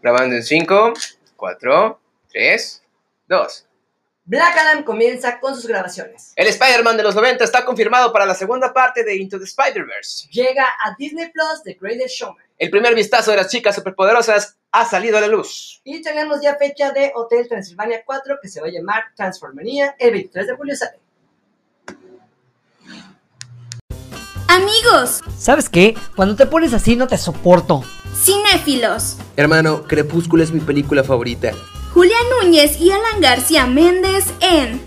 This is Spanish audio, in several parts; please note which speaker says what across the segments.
Speaker 1: Grabando en 5, 4, 3, 2.
Speaker 2: Black Adam comienza con sus grabaciones.
Speaker 1: El Spider-Man de los 90 está confirmado para la segunda parte de Into the Spider-Verse.
Speaker 2: Llega a Disney Plus The Greatest Showman.
Speaker 1: El primer vistazo de las chicas superpoderosas ha salido a la luz.
Speaker 2: Y tenemos ya fecha de Hotel Transilvania 4 que se va a llamar Transformania. El 23 de julio sale.
Speaker 3: Amigos,
Speaker 4: ¿Sabes qué? Cuando te pones así no te soporto.
Speaker 3: cinéfilos,
Speaker 5: Hermano, Crepúsculo es mi película favorita.
Speaker 3: Julián Núñez y Alan García Méndez en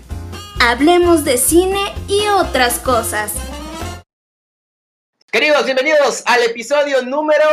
Speaker 3: Hablemos de cine y otras cosas.
Speaker 1: Queridos, bienvenidos al episodio número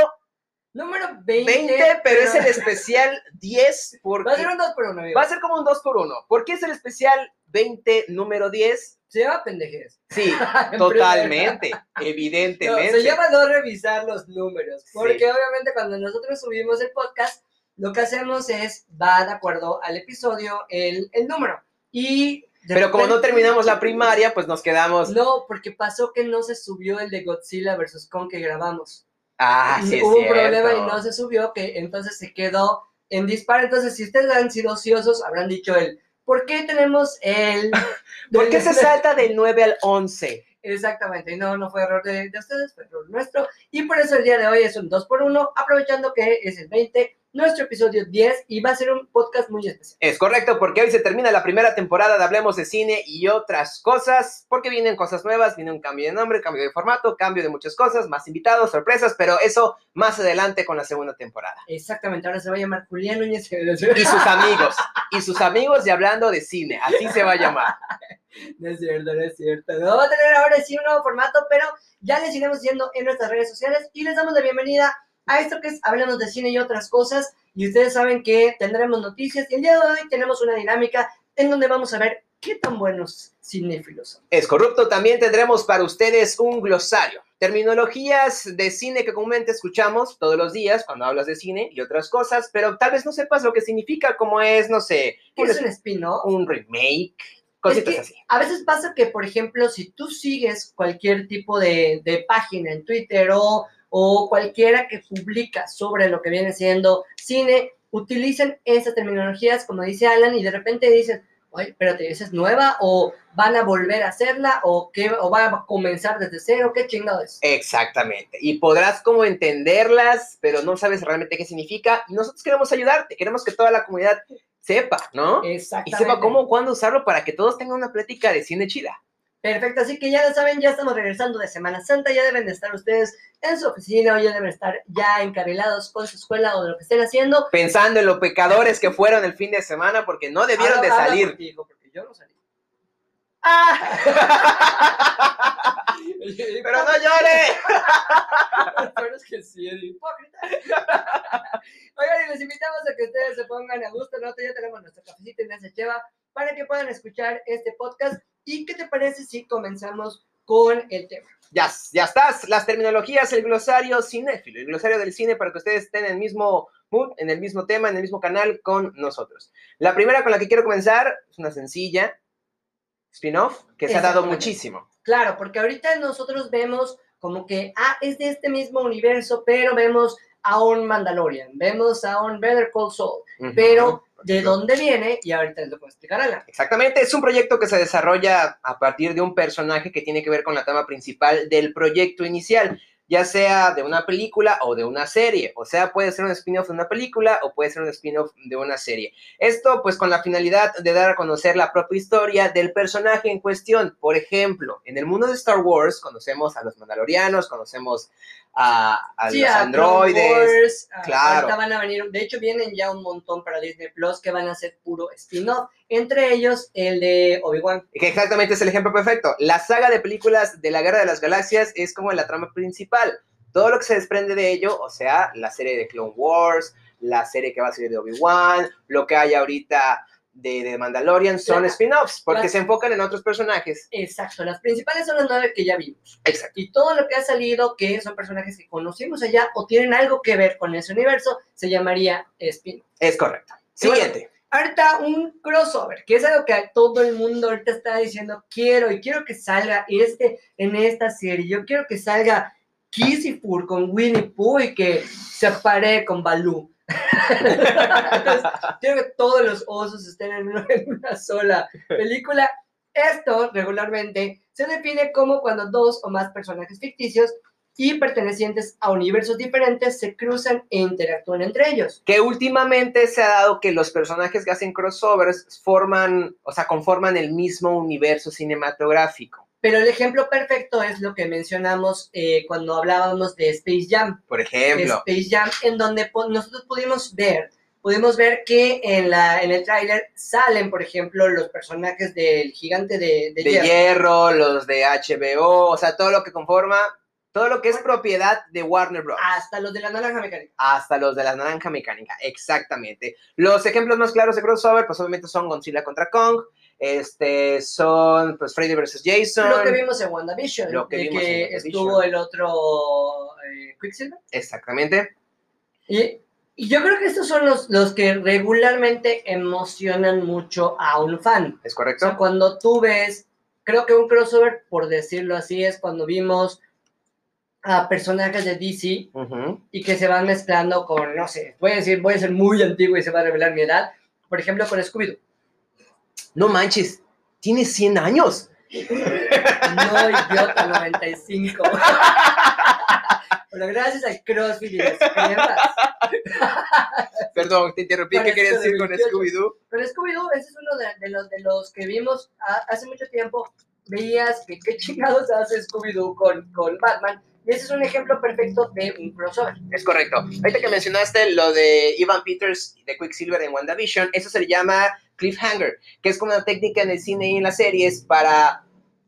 Speaker 2: Número 20.
Speaker 1: 20, pero es el especial 10 porque
Speaker 2: Va a ser un 2 por 1, amigo.
Speaker 1: va a ser como un 2 por 1. ¿Por qué es el especial 20 número 10?
Speaker 2: Se llama pendejes.
Speaker 1: Sí, totalmente, evidentemente.
Speaker 2: No, se llama no revisar los números, porque
Speaker 1: Sí.
Speaker 2: obviamente cuando nosotros subimos el podcast, lo que hacemos es, va de acuerdo al episodio, el, el número. Y de
Speaker 1: Pero como no
Speaker 2: repente-
Speaker 1: terminamos la primaria, pues nos quedamos.
Speaker 2: No, porque pasó que no se subió el de Godzilla vs. Kong que grabamos.
Speaker 1: Ah, sí, es
Speaker 2: Hubo un
Speaker 1: cierto.
Speaker 2: problema y no se subió, que entonces se quedó en disparo. Entonces, si ustedes han sido ociosos, habrán dicho el, ¿por qué tenemos el...
Speaker 1: ¿Por qué se salta del 9 al 11?
Speaker 2: Exactamente, no, no fue error de, de ustedes, fue error nuestro. Y por eso el día de hoy es un 2x1, aprovechando que es el 20, nuestro episodio 10, y va a ser un podcast muy especial.
Speaker 1: Es correcto, porque hoy se termina la primera temporada de Hablemos de Cine y otras cosas, porque vienen cosas nuevas, viene un cambio de nombre, cambio de formato, cambio de muchas cosas, más invitados, sorpresas, pero eso más adelante con la segunda temporada.
Speaker 2: Exactamente, ahora se va a llamar Julián Núñez.
Speaker 1: Y sus amigos, y sus amigos de Hablando de Cine, así se va a llamar.
Speaker 2: No es cierto, no es cierto. No va a tener ahora sí un nuevo formato, pero ya les iremos diciendo en nuestras redes sociales y les damos la bienvenida a esto que es Hablemos de Cine y otras cosas. Y ustedes saben que tendremos noticias y el día de hoy tenemos una dinámica en donde vamos a ver qué tan buenos cinéfilos son.
Speaker 1: Es corrupto, también tendremos para ustedes un glosario. Terminologías de cine que comúnmente escuchamos todos los días cuando hablas de cine y otras cosas, pero tal vez no sepas lo que significa, como es, no sé,
Speaker 2: ¿Qué
Speaker 1: un,
Speaker 2: es un spin-off?
Speaker 1: un remake, cositas
Speaker 2: Es que
Speaker 1: así.
Speaker 2: A veces pasa que, por ejemplo, si tú sigues cualquier tipo de, de página en Twitter o, o cualquiera que publica sobre lo que viene siendo cine, utilizan esas terminologías, como dice Alan, y de repente dicen, oye, espérate, ¿esa es nueva? ¿O van a volver a hacerla? ¿O, qué, o va a comenzar desde cero? ¿Qué chingado es?
Speaker 1: Exactamente. Y podrás como entenderlas, pero no sabes realmente qué significa. Y nosotros queremos ayudarte, queremos que toda la comunidad sepa, ¿no? Y
Speaker 2: Exactamente.
Speaker 1: sepa cómo, cuándo usarlo para que todos tengan una plática de cine chida.
Speaker 2: Perfecto, así que ya lo saben, ya estamos regresando de Semana Santa, ya deben de estar ustedes en su oficina o ya deben estar ya encarrilados con su escuela o de lo que estén haciendo.
Speaker 1: Pensando en los pecadores que fueron el fin de semana porque no debieron de
Speaker 2: Habla- habla
Speaker 1: salir.
Speaker 2: contigo, porque yo no salí. Ah.
Speaker 1: Pero no llores.
Speaker 2: Pero es que sí, es hipócrita. Oigan, y les invitamos a que ustedes se pongan a gusto, ¿no? Ya tenemos nuestro cafecito y nuestra cheva para que puedan escuchar este podcast. ¿Y qué te parece si comenzamos con el tema?
Speaker 1: Ya, ya estás. Las terminologías, el glosario cinéfilo, el glosario del cine para que ustedes estén en el mismo mood, en el mismo tema, en el mismo canal con nosotros. La primera con la que quiero comenzar es una sencilla spin-off que se ha dado
Speaker 2: Exactamente.
Speaker 1: muchísimo.
Speaker 2: Claro, porque ahorita nosotros vemos como que, ah, es de este mismo universo, pero vemos a un Mandalorian, vemos a un Better Call Saul,
Speaker 1: Ujú.
Speaker 2: pero de dónde viene, y ahorita les lo puedo explicar Alan.
Speaker 1: Exactamente, es un proyecto que se desarrolla a partir de un personaje que tiene que ver con la trama principal del proyecto inicial, ya sea de una película o de una serie, o sea, puede ser un spin-off de una película o puede ser un spin-off de una serie. Esto pues con la finalidad de dar a conocer la propia historia del personaje en cuestión. Por ejemplo, en el mundo de Star Wars conocemos a los mandalorianos, conocemos a, a
Speaker 2: Sí,
Speaker 1: los
Speaker 2: a Clone
Speaker 1: androides.
Speaker 2: Wars, a-
Speaker 1: claro.
Speaker 2: Ahorita van a venir, de hecho vienen ya un montón para Disney Plus que van a ser puro spin-off, entre ellos el de Obi-Wan.
Speaker 1: Que exactamente es el ejemplo perfecto. La saga de películas de la Guerra de las Galaxias es como la trama principal. Todo lo que se desprende de ello, o sea, la serie de Clone Wars, la serie que va a salir de Obi-Wan, lo que hay ahorita de, de Mandalorian, son
Speaker 2: La-
Speaker 1: spin-offs, porque
Speaker 2: la-
Speaker 1: se enfocan en otros personajes.
Speaker 2: Exacto, las principales son las nueve que ya vimos.
Speaker 1: Exacto.
Speaker 2: Y todo lo que ha salido, que son personajes que conocimos allá o tienen algo que ver con ese universo, se llamaría spin-off.
Speaker 1: Es correcto.
Speaker 2: Y bueno,
Speaker 1: Siguiente.
Speaker 2: Ahorita un crossover, que es algo que a todo el mundo ahorita está diciendo, quiero y quiero que salga este en esta serie, yo quiero que salga Kissy Fur con Winnie Pooh y que se pare con Baloo. Entonces, quiero que todos los osos estén en una, en una sola película. Esto regularmente se define como cuando dos o más personajes ficticios y pertenecientes a universos diferentes se cruzan e interactúan entre ellos.
Speaker 1: Que últimamente se ha dado que los personajes que hacen crossovers forman, o sea, conforman el mismo universo cinematográfico,
Speaker 2: Pero el ejemplo perfecto es lo que mencionamos eh, cuando hablábamos de Space Jam.
Speaker 1: por ejemplo.
Speaker 2: Space Jam, en donde po- nosotros pudimos ver, pudimos ver que en, la, en el tráiler salen, por ejemplo, los personajes del gigante de, de
Speaker 1: de
Speaker 2: hierro.
Speaker 1: Hierro, los de HBO, o sea, todo lo que conforma, todo lo que es propiedad de Warner Bros.
Speaker 2: hasta los de la naranja mecánica.
Speaker 1: Hasta los de la naranja mecánica, exactamente. Los ejemplos más claros de crossover, pues obviamente son Godzilla contra Kong, este, son pues Freddy vs. Jason.
Speaker 2: Lo que vimos en WandaVision,
Speaker 1: Lo que
Speaker 2: de
Speaker 1: vimos
Speaker 2: que
Speaker 1: en WandaVision.
Speaker 2: estuvo el otro eh, Quicksilver.
Speaker 1: Exactamente.
Speaker 2: Y, y yo creo que estos son los, los que regularmente emocionan mucho a un fan.
Speaker 1: ¿Es
Speaker 2: O sea,
Speaker 1: correcto?
Speaker 2: cuando tú ves, creo que un crossover, por decirlo así, es cuando vimos a personajes de DC
Speaker 1: Ujú.
Speaker 2: y que se van mezclando con, no sé, voy a decir, voy a ser muy antiguo y se va a revelar mi edad. Por ejemplo, con Scooby-Doo.
Speaker 1: No manches, tiene 100 años.
Speaker 2: No, idiota, 95. Pero gracias al CrossFit y las cremas.
Speaker 1: Perdón, te interrumpí. ¿Qué
Speaker 2: Parece
Speaker 1: querías
Speaker 2: de
Speaker 1: decir con
Speaker 2: 28.
Speaker 1: Scooby-Doo?
Speaker 2: Pero Scooby-Doo, ese es uno de, de los, de los que vimos a- hace mucho tiempo. Veías que qué chingados hace Scooby-Doo con, con Batman. Y ese es un ejemplo perfecto de un crossover.
Speaker 1: Es correcto. Ahorita que mencionaste lo de Ivan Peters de Quicksilver en WandaVision, eso se le llama cliffhanger, que es como una técnica en el cine y en las series para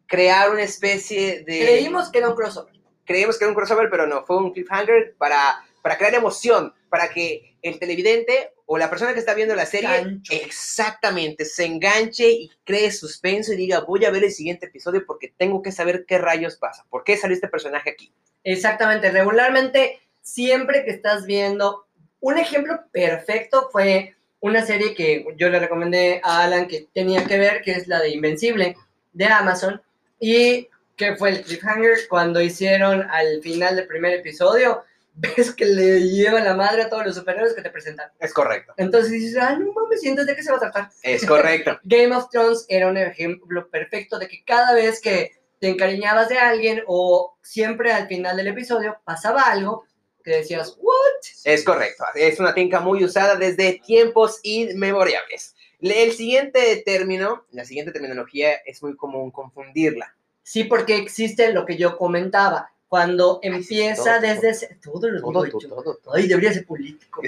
Speaker 1: crear una especie de...
Speaker 2: Creímos que era un crossover.
Speaker 1: creímos que era un crossover, pero no, fue un cliffhanger para, para crear emoción, para que el televidente o la persona que está viendo la serie
Speaker 2: Gancho.
Speaker 1: exactamente se enganche y cree suspenso y diga, voy a ver el siguiente episodio porque tengo que saber qué rayos pasa, por qué salió este personaje aquí.
Speaker 2: Exactamente, regularmente siempre que estás viendo, un ejemplo perfecto fue una serie que yo le recomendé a Alan que tenía que ver, que es la de Invencible de Amazon, y que fue el cliffhanger cuando hicieron al final del primer episodio, ves que le lleva la madre a todos los superhéroes que te presentan.
Speaker 1: Es correcto.
Speaker 2: Entonces dices, ah, no mames, ¿y entonces de qué se va a tratar?
Speaker 1: Es correcto.
Speaker 2: Game of Thrones era un ejemplo perfecto de que cada vez que te encariñabas de alguien o siempre al final del episodio pasaba algo que decías, "What?".
Speaker 1: Es correcto. Es una técnica muy usada desde tiempos inmemorables. Le- El siguiente término, la siguiente terminología es muy común confundirla.
Speaker 2: Sí, porque existe lo que yo comentaba. Cuando empieza
Speaker 1: todo,
Speaker 2: desde... ese- Todo lo
Speaker 1: Todo,
Speaker 2: digo
Speaker 1: tú,
Speaker 2: yo.
Speaker 1: todo, todo.
Speaker 2: Ay, debería ser político.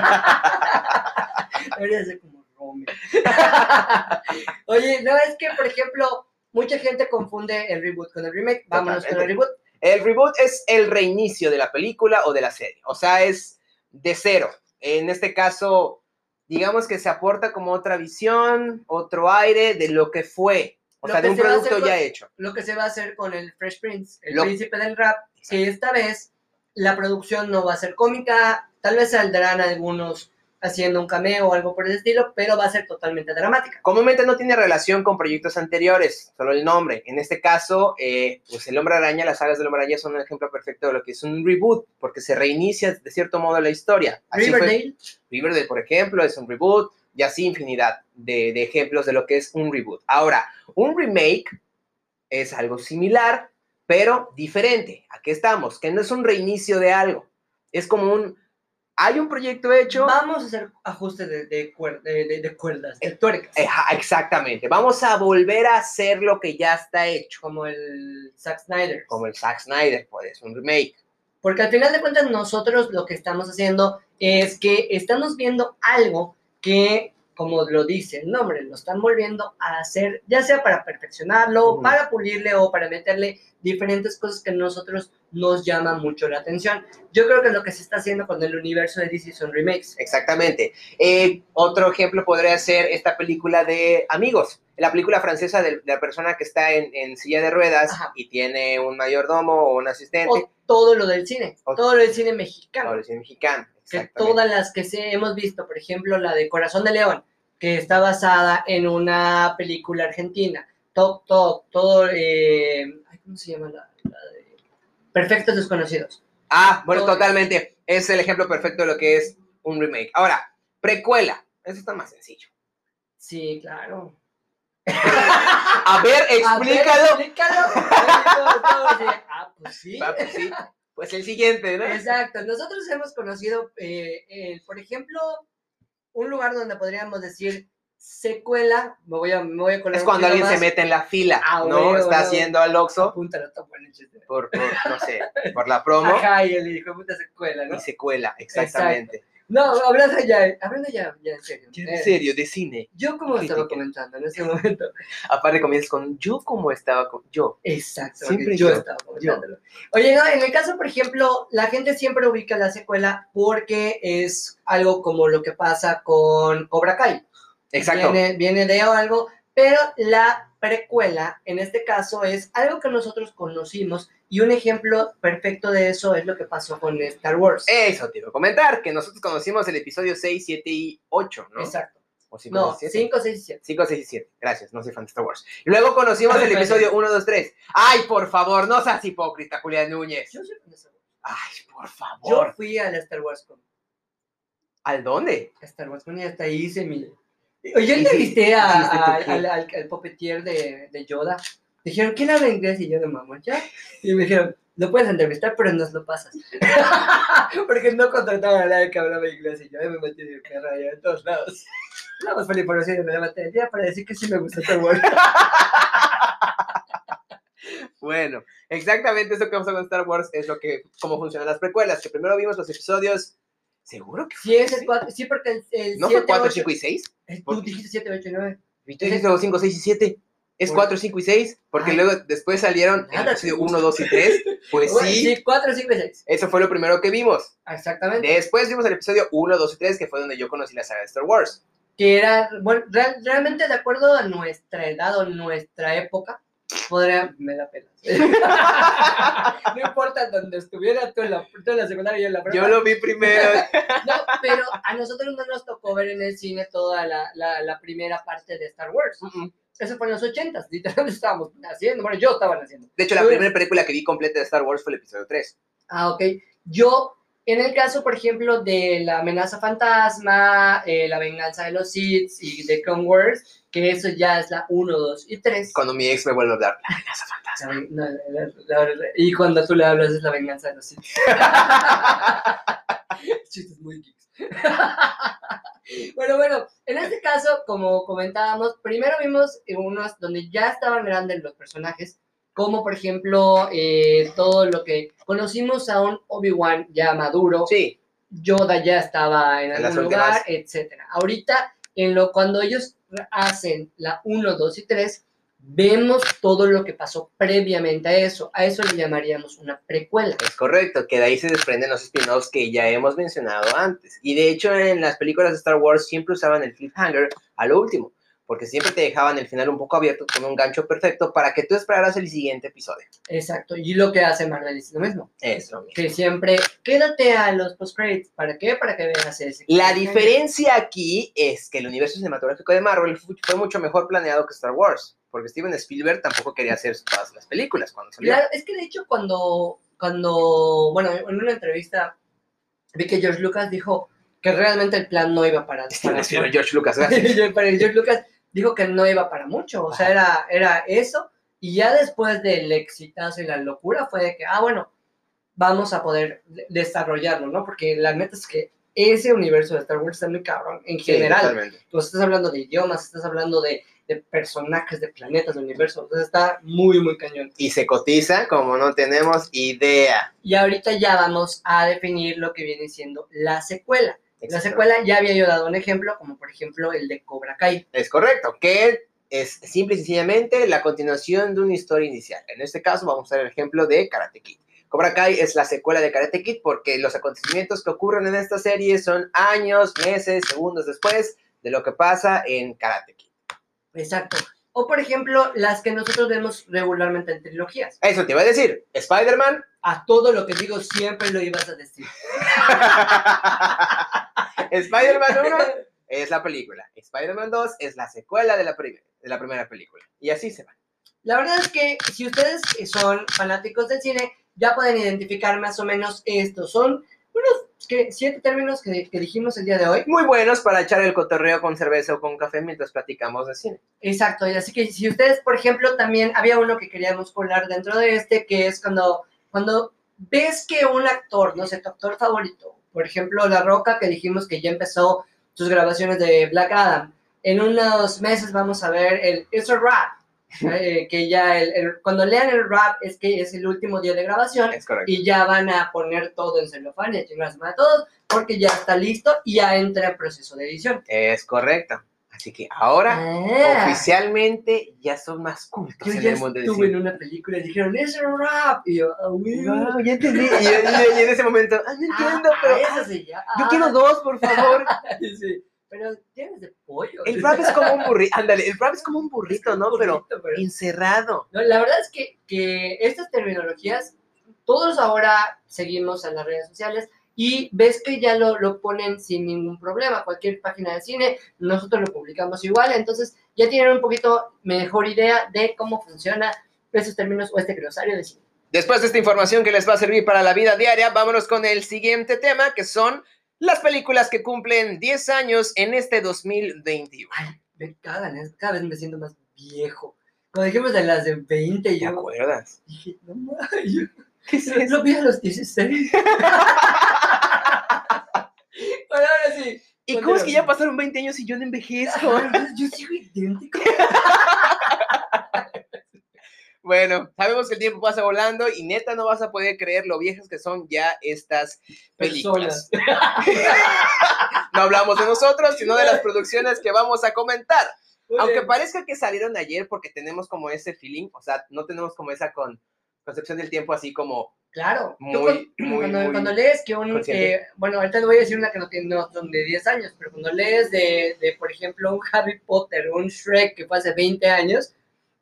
Speaker 2: Debería ser como Rome. Oye, no, es que, por ejemplo, mucha gente confunde el reboot con el remake. Vámonos con el
Speaker 1: Totalmente.
Speaker 2: reboot.
Speaker 1: El reboot es el reinicio de la película o de la serie, o sea, es de cero. En este caso, digamos que se aporta como otra visión, otro aire de lo que fue, o
Speaker 2: Lo
Speaker 1: sea,
Speaker 2: que
Speaker 1: de un
Speaker 2: se va a hacer
Speaker 1: producto
Speaker 2: con-
Speaker 1: ya hecho.
Speaker 2: lo que se va a hacer con el Fresh Prince, el
Speaker 1: Lo-
Speaker 2: príncipe del rap, que esta vez la producción no va a ser cómica, tal vez saldrán algunos haciendo un cameo o algo por el estilo, pero va a ser totalmente dramática.
Speaker 1: Comúnmente no tiene relación con proyectos anteriores, solo el nombre. En este caso, eh, pues el Hombre Araña, las sagas del Hombre Araña son un ejemplo perfecto de lo que es un reboot, porque se reinicia de cierto modo la historia. Así fue-
Speaker 2: Riverdale,
Speaker 1: Riverdale, por ejemplo, es un reboot, y así infinidad de, de ejemplos de lo que es un reboot. Ahora, un remake es algo similar, pero diferente. Aquí estamos, que no es un reinicio de algo. Es como un. Hay un proyecto hecho.
Speaker 2: vamos a hacer ajustes de, de cuer- de- de- de cuerdas,
Speaker 1: Eh,
Speaker 2: de tuercas,
Speaker 1: Eja, Exactamente. Vamos a volver a hacer lo que ya está hecho.
Speaker 2: como el Zack Snyder.
Speaker 1: Como el Zack Snyder, pues, es un remake.
Speaker 2: Porque al final de cuentas nosotros lo que estamos haciendo es que estamos viendo algo que, como lo dice el nombre, lo están volviendo a hacer, ya sea para perfeccionarlo,
Speaker 1: Ujú.
Speaker 2: para pulirle o para meterle diferentes cosas que a nosotros nos llama mucho la atención. Yo creo que lo que se está haciendo con el universo de DC son remakes.
Speaker 1: Exactamente. Eh, otro ejemplo podría ser esta película de Amigos, la película francesa de, de la persona que está en, en silla de ruedas
Speaker 2: Ajá.
Speaker 1: y tiene un mayordomo o un asistente.
Speaker 2: O todo lo del cine,
Speaker 1: O-
Speaker 2: todo lo del cine
Speaker 1: O
Speaker 2: mexicano,
Speaker 1: es mexicano.
Speaker 2: que
Speaker 1: exactamente.
Speaker 2: todas las que se, hemos visto, por ejemplo, la de Corazón de León, que está basada en una película argentina. Todo, todo, todo, eh, ay, ¿cómo se llama la, la de Perfectos Desconocidos?
Speaker 1: Ah, bueno,
Speaker 2: todas.
Speaker 1: totalmente. Es el ejemplo perfecto de lo que es un remake. Ahora, precuela. Eso está más sencillo.
Speaker 2: Sí, claro.
Speaker 1: A ver,
Speaker 2: A
Speaker 1: explícalo.
Speaker 2: ver, explícalo. Todo, todo, así, ah, pues sí.
Speaker 1: Ah, pues, sí. Pues el siguiente, ¿no?
Speaker 2: Exacto. Nosotros hemos conocido, eh, eh, por ejemplo, un lugar donde podríamos decir secuela. Me voy a, me voy a colar
Speaker 1: Es
Speaker 2: un
Speaker 1: cuando
Speaker 2: poquito
Speaker 1: alguien se
Speaker 2: más.
Speaker 1: mete en la fila,
Speaker 2: Ah,
Speaker 1: ¿no?
Speaker 2: bueno,
Speaker 1: Está
Speaker 2: bueno.
Speaker 1: haciendo al Oxxo
Speaker 2: Apúntalo, está bueno el chiste.
Speaker 1: por, por, no sé, por la promo
Speaker 2: Ajá, y el hijo de puta secuela, ¿no?
Speaker 1: y secuela, exactamente.
Speaker 2: No, hablando ya, hablando ya, ya en serio.
Speaker 1: Ya,
Speaker 2: Eh,
Speaker 1: En serio, de cine.
Speaker 2: Yo como estaba
Speaker 1: Crítica.
Speaker 2: comentando en ese momento.
Speaker 1: Aparte comienzas con yo como estaba con yo.
Speaker 2: Exacto.
Speaker 1: Siempre
Speaker 2: porque yo,
Speaker 1: yo,
Speaker 2: estaba comentándolo. Oye, no, en el caso, por ejemplo, la gente siempre ubica la secuela porque es algo como lo que pasa con Cobra Kai.
Speaker 1: Exacto.
Speaker 2: Viene, viene de algo, pero la precuela, en este caso, es algo que nosotros conocimos y un ejemplo perfecto de eso es lo que pasó con Star Wars.
Speaker 1: Eso te iba a comentar, que nosotros conocimos el episodio 6, 7 y 8, ¿no?
Speaker 2: Exacto.
Speaker 1: O cinco,
Speaker 2: No,
Speaker 1: siete.
Speaker 2: 5, 6 y 7.
Speaker 1: 5, 6 y 7. Gracias, no soy fan de Star Wars. Y luego conocimos el
Speaker 2: Perfecto.
Speaker 1: episodio 1, 2, 3. Ay, por favor, no seas hipócrita, Julián Núñez.
Speaker 2: Yo, soy fan de Star Wars.
Speaker 1: Ay, por favor.
Speaker 2: Yo fui a la Star Wars con
Speaker 1: ¿Al dónde?
Speaker 2: Star Wars con y hasta ahí hice mi... Oye,
Speaker 1: ¿Y
Speaker 2: entrevisté
Speaker 1: si-
Speaker 2: a,
Speaker 1: hiciste tu
Speaker 2: a-
Speaker 1: qué?
Speaker 2: al, al, al popetier de, de Yoda. Dijeron, ¿quién habla inglés? Y yo de mamá, ¿ya? Y me dijeron, lo puedes entrevistar, pero nos lo pasas. Porque no contrataban a nadie que hablaba inglés. Y yo ahí me metí de perra allá en todos lados. Nada más por la información de me levanté el día para decir que sí me gustó Star Wars.
Speaker 1: Bueno, exactamente eso que vamos a ver en Star Wars es lo que, cómo funcionan las precuelas, que primero vimos los episodios, seguro que...
Speaker 2: Sí, es el 4, sí, porque el, el
Speaker 1: ¿No fue 4, 5 y 6?
Speaker 2: Tú dijiste 7, 8 y 9.
Speaker 1: Y tú dijiste luego 5, 6 y 7. Es 4, 5 y 6, porque
Speaker 2: Ay.
Speaker 1: luego después salieron el
Speaker 2: Nada,
Speaker 1: episodio
Speaker 2: te
Speaker 1: 1, 2 y 3. Pues sí,
Speaker 2: 4, 5 y 6.
Speaker 1: eso fue lo primero que vimos.
Speaker 2: Exactamente.
Speaker 1: Después vimos el episodio 1, 2 y 3, que fue donde yo conocí la saga de Star Wars.
Speaker 2: que era, bueno, real- realmente de acuerdo a nuestra edad o nuestra época, podría, me la pelas. no importa donde estuviera tú en la, tú en la secundaria y yo en la prepa.
Speaker 1: Yo lo vi primero.
Speaker 2: No, pero a nosotros no nos tocó ver en el cine toda la, la, la primera parte de Star Wars. Eso fue en los ochentas, literalmente estábamos haciendo, bueno, yo estaba haciendo.
Speaker 1: De hecho, la
Speaker 2: Uy.
Speaker 1: primera película que vi completa de Star Wars fue el episodio 3.
Speaker 2: Ah, ok. Yo, en el caso, por ejemplo, de la amenaza fantasma, eh, la venganza de los Sith y de Clone Wars, que eso ya es la 1, 2 y 3.
Speaker 1: Cuando mi ex me vuelve a hablar.
Speaker 2: La ven- no, la- la- la- la- y cuando tú le hablas es la venganza de los Sith. Chistes muy geeks. bueno, bueno, en este caso, como comentábamos, primero vimos unos donde ya estaban grandes los personajes, como por ejemplo eh, todo lo que conocimos a un Obi-Wan ya maduro,
Speaker 1: Sí,
Speaker 2: Yoda ya estaba en
Speaker 1: En las
Speaker 2: algún lugar,
Speaker 1: últimas.
Speaker 2: etcétera. Ahorita, en lo, cuando ellos hacen la 1, 2 y 3, vemos todo lo que pasó previamente a eso. A eso le llamaríamos una precuela.
Speaker 1: es correcto, que de ahí se desprenden los spin-offs que ya hemos mencionado antes. Y de hecho, en las películas de Star Wars siempre usaban el cliffhanger a lo último, porque siempre te dejaban el final un poco abierto con un gancho perfecto para que tú esperaras el siguiente episodio.
Speaker 2: Exacto. Y lo que hace Marvel es lo mismo.
Speaker 1: Eso. mismo.
Speaker 2: Que siempre quédate a los post-credits. ¿Para qué? Para que veas ese.
Speaker 1: La diferencia aquí es que el universo cinematográfico de Marvel fu- fue mucho mejor planeado que Star Wars, porque Steven Spielberg tampoco quería hacer todas las películas cuando salió.
Speaker 2: Claro, es que de hecho cuando, cuando, bueno, en una entrevista vi que George Lucas dijo que realmente el plan no iba para...
Speaker 1: Steven
Speaker 2: para-
Speaker 1: Spielberg, George Lucas, gracias.
Speaker 2: Yo- para el George Lucas dijo que no iba para mucho, o sea, era, era eso. Y ya después del exitazo y la locura fue de que, ah, bueno, vamos a poder de- desarrollarlo, ¿no? Porque la neta es que ese universo de Star Wars está muy cabrón en
Speaker 1: Sí,
Speaker 2: general.
Speaker 1: totalmente.
Speaker 2: Tú estás hablando de idiomas, estás hablando de, de personajes, de planetas, de universos. Entonces está muy, muy cañón.
Speaker 1: Y se cotiza como no tenemos idea.
Speaker 2: Y ahorita ya vamos a definir lo que viene siendo la secuela. La
Speaker 1: Exacto.
Speaker 2: secuela ya había yo dado un ejemplo, como por ejemplo el de Cobra Kai.
Speaker 1: Es correcto, que es simple y sencillamente la continuación de una historia inicial. En este caso vamos a ver el ejemplo de Karate Kid. Cobra Kai es la secuela de Karate Kid porque los acontecimientos que ocurren en esta serie son años, meses, segundos después de lo que pasa en Karate Kid.
Speaker 2: Exacto. O por ejemplo, las que nosotros vemos regularmente en trilogías.
Speaker 1: Eso te iba a decir, Spider-Man,
Speaker 2: A todo lo que digo siempre lo ibas a decir.
Speaker 1: Spider-Man 1 es la película, Spider-Man 2 es la secuela de la, prim- de la primera película. Y así se va.
Speaker 2: La verdad es que si ustedes son fanáticos del cine, ya pueden identificar más o menos esto. Son unos que- siete términos que, que dijimos el día de hoy.
Speaker 1: Muy buenos para echar el cotorreo con cerveza o con café mientras platicamos de cine.
Speaker 2: Exacto, y así que si ustedes, por ejemplo, también había uno que queríamos colar dentro de este, que es cuando, cuando ves que un actor, no sé, tu actor favorito, por ejemplo, La Roca, que dijimos que ya empezó sus grabaciones de Black Adam, en unos meses vamos a ver el It's a Rap, eh, que ya el- el- cuando lean el rap es que es el último día de grabación,
Speaker 1: Es correcto.
Speaker 2: y ya van a poner todo en celofán y a chingar a su madre a todos, porque ya está listo y ya entra en proceso de edición.
Speaker 1: Es correcto. Así que ahora,
Speaker 2: Ah.
Speaker 1: oficialmente, ya son más cultos
Speaker 2: Yo
Speaker 1: en
Speaker 2: ya
Speaker 1: el mundo del
Speaker 2: estuve en
Speaker 1: cine.
Speaker 2: una película y dijeron, es un rap. Y yo, ah, güey.
Speaker 1: Wow, ya entendí. Y, y- y en ese momento, ah, no entiendo,
Speaker 2: Ah,
Speaker 1: pero
Speaker 2: eso sí, ya.
Speaker 1: yo quiero dos, por favor.
Speaker 2: Ah, sí. Pero tienes de pollo.
Speaker 1: El rap es como un burrito. Ándale, el rap es como un burrito, ¿no? Pero
Speaker 2: Burrito, pero-
Speaker 1: encerrado.
Speaker 2: No, la verdad es que, que estas terminologías, todos ahora seguimos en las redes sociales y ves que ya lo, lo ponen sin ningún problema. Cualquier página de cine, nosotros lo publicamos igual. Entonces ya tienen un poquito mejor idea de cómo funciona esos términos o este glosario de cine.
Speaker 1: Después de esta información que les va a servir para la vida diaria, vámonos con el siguiente tema, que son las películas que cumplen 10 años en este 2021.
Speaker 2: me cagan, es- cada vez me siento más viejo. Cuando dijimos de las de 20,
Speaker 1: ¿Te
Speaker 2: yo
Speaker 1: acuerdas?
Speaker 2: dije, no mames, yo
Speaker 1: ¿Qué es eso?
Speaker 2: lo vi a los 16. bueno, ahora sí.
Speaker 1: ¿Y cómo es que ya pasaron 20 años y yo no envejezco?
Speaker 2: Ajá, Yo sigo idéntico.
Speaker 1: Bueno, sabemos que el tiempo pasa volando y neta no vas a poder creer lo viejas que son ya estas películas. No hablamos de nosotros, sino de las producciones que vamos a comentar.
Speaker 2: Muy
Speaker 1: Aunque
Speaker 2: bien.
Speaker 1: parezca que salieron ayer porque tenemos como ese feeling, o sea, no tenemos como esa con concepción del tiempo así como
Speaker 2: Claro, tú
Speaker 1: Muy,
Speaker 2: cuan-
Speaker 1: muy,
Speaker 2: cuando,
Speaker 1: muy
Speaker 2: cuando lees que un,
Speaker 1: consciente.
Speaker 2: eh, bueno, ahorita te voy a decir una que no tiene, no son de 10 años, pero cuando lees de, de, por ejemplo, un Harry Potter, un Shrek que fue hace 20 años,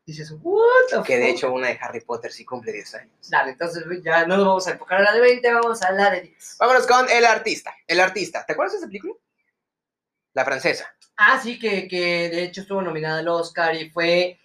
Speaker 2: dices, what the
Speaker 1: que de
Speaker 2: fuck?"
Speaker 1: hecho una de Harry Potter sí cumple 10 años.
Speaker 2: Dale, entonces ya no nos vamos a enfocar a la de 20, vamos a la de 10.
Speaker 1: Vámonos con El Artista. El Artista, ¿te acuerdas de esa película? La francesa.
Speaker 2: Ah, sí, que, que de hecho estuvo nominada al Oscar y fue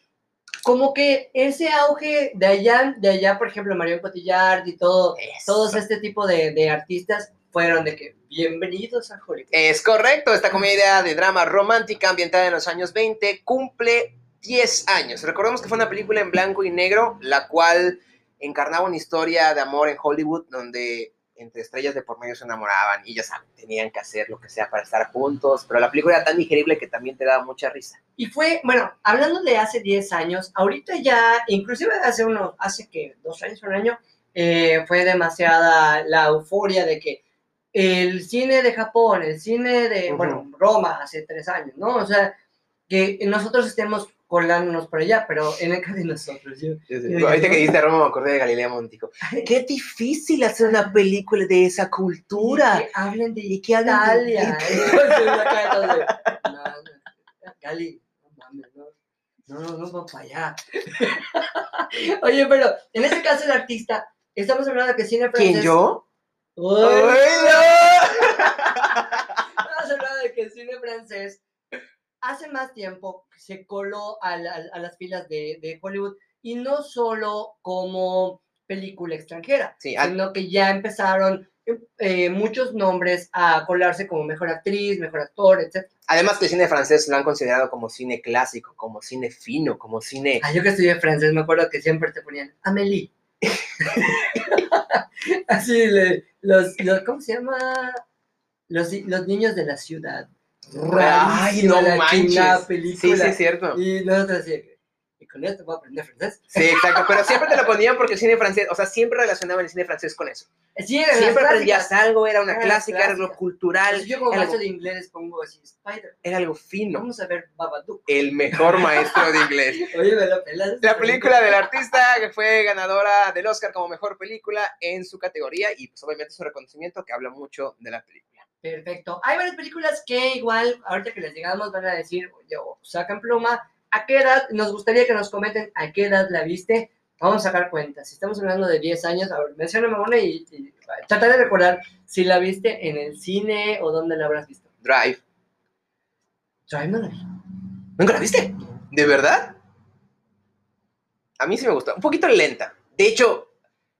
Speaker 2: como que ese auge de allá, de allá, por ejemplo, Marion Cotillard y todo, todos este tipo de, de artistas fueron de que bienvenidos a Hollywood.
Speaker 1: Es correcto, esta comedia de drama romántica ambientada en los años 20 cumple 10 años. Recordemos que fue una película en blanco y negro, la cual encarnaba una historia de amor en Hollywood donde entre estrellas de por medio se enamoraban y ya saben, tenían que hacer lo que sea para estar juntos, pero la película era tan digerible que también te daba mucha risa.
Speaker 2: Y fue, bueno, hablando de hace 10 años, ahorita ya, inclusive hace uno, hace que dos años, un año, eh, fue demasiada la euforia de que el cine de Japón, el cine de,
Speaker 1: Ujú.
Speaker 2: bueno, Roma hace tres años, ¿no? O sea, que nosotros estemos colándonos por allá, pero en el caso de nosotros, yo-
Speaker 1: Ahorita que dijiste Roma me acordé de Galilea Montico. Qué difícil hacer una película de esa cultura.
Speaker 2: Y que hablen de
Speaker 1: Y que hablen de-
Speaker 2: Italia. Entonces, acá, entonces, no, no, Cali, no mames, no. No, no, no va para allá. Oye, pero en este caso el artista, estamos hablando de que cine francés.
Speaker 1: ¿Quién yo?
Speaker 2: Uy,
Speaker 1: ¡Hola!
Speaker 2: Estamos hablando de que el cine francés hace más tiempo se coló al- al- a, las filas de, de Hollywood y no solo como película extranjera,
Speaker 1: Sí, a-
Speaker 2: sino que ya empezaron eh, muchos nombres a colarse como mejor actriz, mejor actor, etc.
Speaker 1: Además que el cine francés lo han considerado como cine clásico, como cine fino, como cine...
Speaker 2: Ah, yo que estudié francés, me acuerdo que siempre te ponían Amélie. Así, le- los, los- ¿cómo se llama? Los, ni- los niños de la ciudad.
Speaker 1: Ay,
Speaker 2: Rarísima
Speaker 1: no
Speaker 2: la
Speaker 1: manches.
Speaker 2: chingada
Speaker 1: Sí,
Speaker 2: película.
Speaker 1: sí, es cierto.
Speaker 2: Y nosotros así, y con esto voy a aprender francés.
Speaker 1: Sí, exacto. Pero siempre te lo ponían porque el cine francés, o sea, siempre relacionaban el cine francés con eso.
Speaker 2: Sí, eran las
Speaker 1: Siempre aprendías
Speaker 2: clásicas.
Speaker 1: algo, era
Speaker 2: Eran
Speaker 1: una
Speaker 2: las
Speaker 1: clásica, era algo
Speaker 2: clásicas.
Speaker 1: cultural,
Speaker 2: Entonces, Yo como
Speaker 1: era
Speaker 2: maestro
Speaker 1: algo,
Speaker 2: de inglés les pongo así, Spider,
Speaker 1: era algo fino.
Speaker 2: vamos a ver Babadook.
Speaker 1: El mejor maestro de inglés.
Speaker 2: Oye, me lo pelas.
Speaker 1: La película del artista que fue ganadora del Oscar como mejor película en su categoría y pues obviamente es un reconocimiento que habla mucho de la película.
Speaker 2: Perfecto. Hay varias películas que igual, ahorita que les digamos, van a decir, oye, o sacan pluma, ¿a qué edad? Nos gustaría que nos comenten a qué edad la viste. Vamos a sacar cuentas. Si estamos hablando de 10 años, a ver, mencióname una y, y trata de recordar si la viste en el cine o dónde la habrás visto.
Speaker 1: Drive.
Speaker 2: Drive no la vi.
Speaker 1: ¿Nunca la viste? ¿De verdad? A mí sí me gustó. Un poquito lenta. De hecho,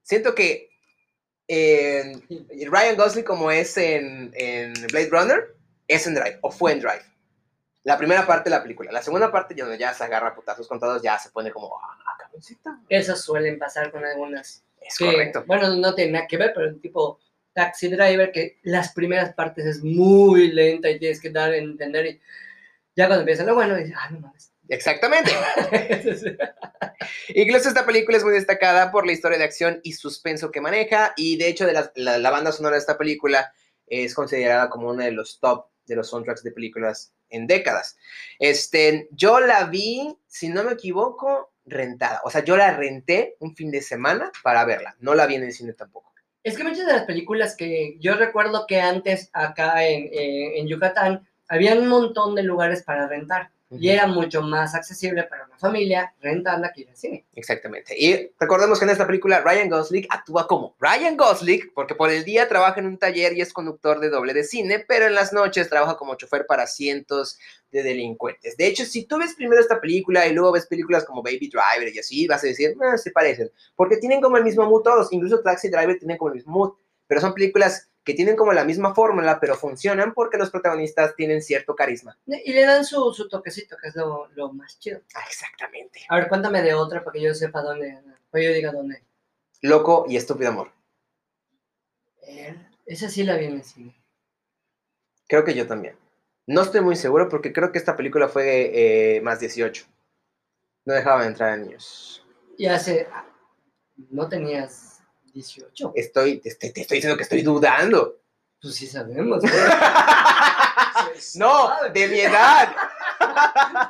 Speaker 1: siento que en Ryan Gosling como es en, en Blade Runner, es en Drive, o fue en Drive. La primera parte de la película. La segunda parte ya, no, ya se agarra a putazos contados, ya se pone como, ah, camioncita.
Speaker 2: Esas suelen pasar con algunas.
Speaker 1: Es
Speaker 2: que,
Speaker 1: correcto.
Speaker 2: Bueno, no tiene nada que ver, pero el tipo Taxi Driver, que las primeras partes es muy lenta y tienes que dar a entender. Y ya cuando empieza lo bueno, dices, ah, no mames.
Speaker 1: Exactamente. Incluso esta película es muy destacada por la historia de acción y suspenso que maneja. Y de hecho, de las- la, la banda sonora de esta película es considerada como uno de los top de los soundtracks de películas en décadas. Este, yo la vi, si no me equivoco, rentada. O sea, yo la renté un fin de semana para verla. No la vi en el cine tampoco.
Speaker 2: Es que muchas de las películas que yo recuerdo que antes acá en, eh, en Yucatán había un montón de lugares para rentar y era mucho más accesible para una familia rentarla que ir al cine.
Speaker 1: Exactamente. Y recordemos que en esta película Ryan Gosling actúa como Ryan Gosling, porque por el día trabaja en un taller y es conductor de doble de cine, pero en las noches trabaja como chofer para cientos de delincuentes. De hecho, si tú ves primero esta película y luego ves películas como Baby Driver y así, vas a decir, "Ah, se parecen, porque tienen como el mismo mood todos, incluso Taxi Driver tienen como el mismo mood, pero son películas que tienen como la misma fórmula, pero funcionan porque los protagonistas tienen cierto carisma.
Speaker 2: Y le dan su, su toquecito, que es lo, lo más chido.
Speaker 1: Ah, exactamente.
Speaker 2: A ver, cuéntame de otra para que yo sepa dónde, para que yo diga dónde.
Speaker 1: Loco y estúpido amor.
Speaker 2: Eh, esa sí la vi en el cine.
Speaker 1: Creo que yo también. No estoy muy seguro porque creo que esta película fue eh, más 18. No dejaba de entrar a niños.
Speaker 2: Y hace. ah, No tenías 18.
Speaker 1: Estoy, te, estoy- te estoy diciendo que estoy dudando.
Speaker 2: Pues sí sabemos. güey. Se
Speaker 1: No,
Speaker 2: sabe,
Speaker 1: de mi edad.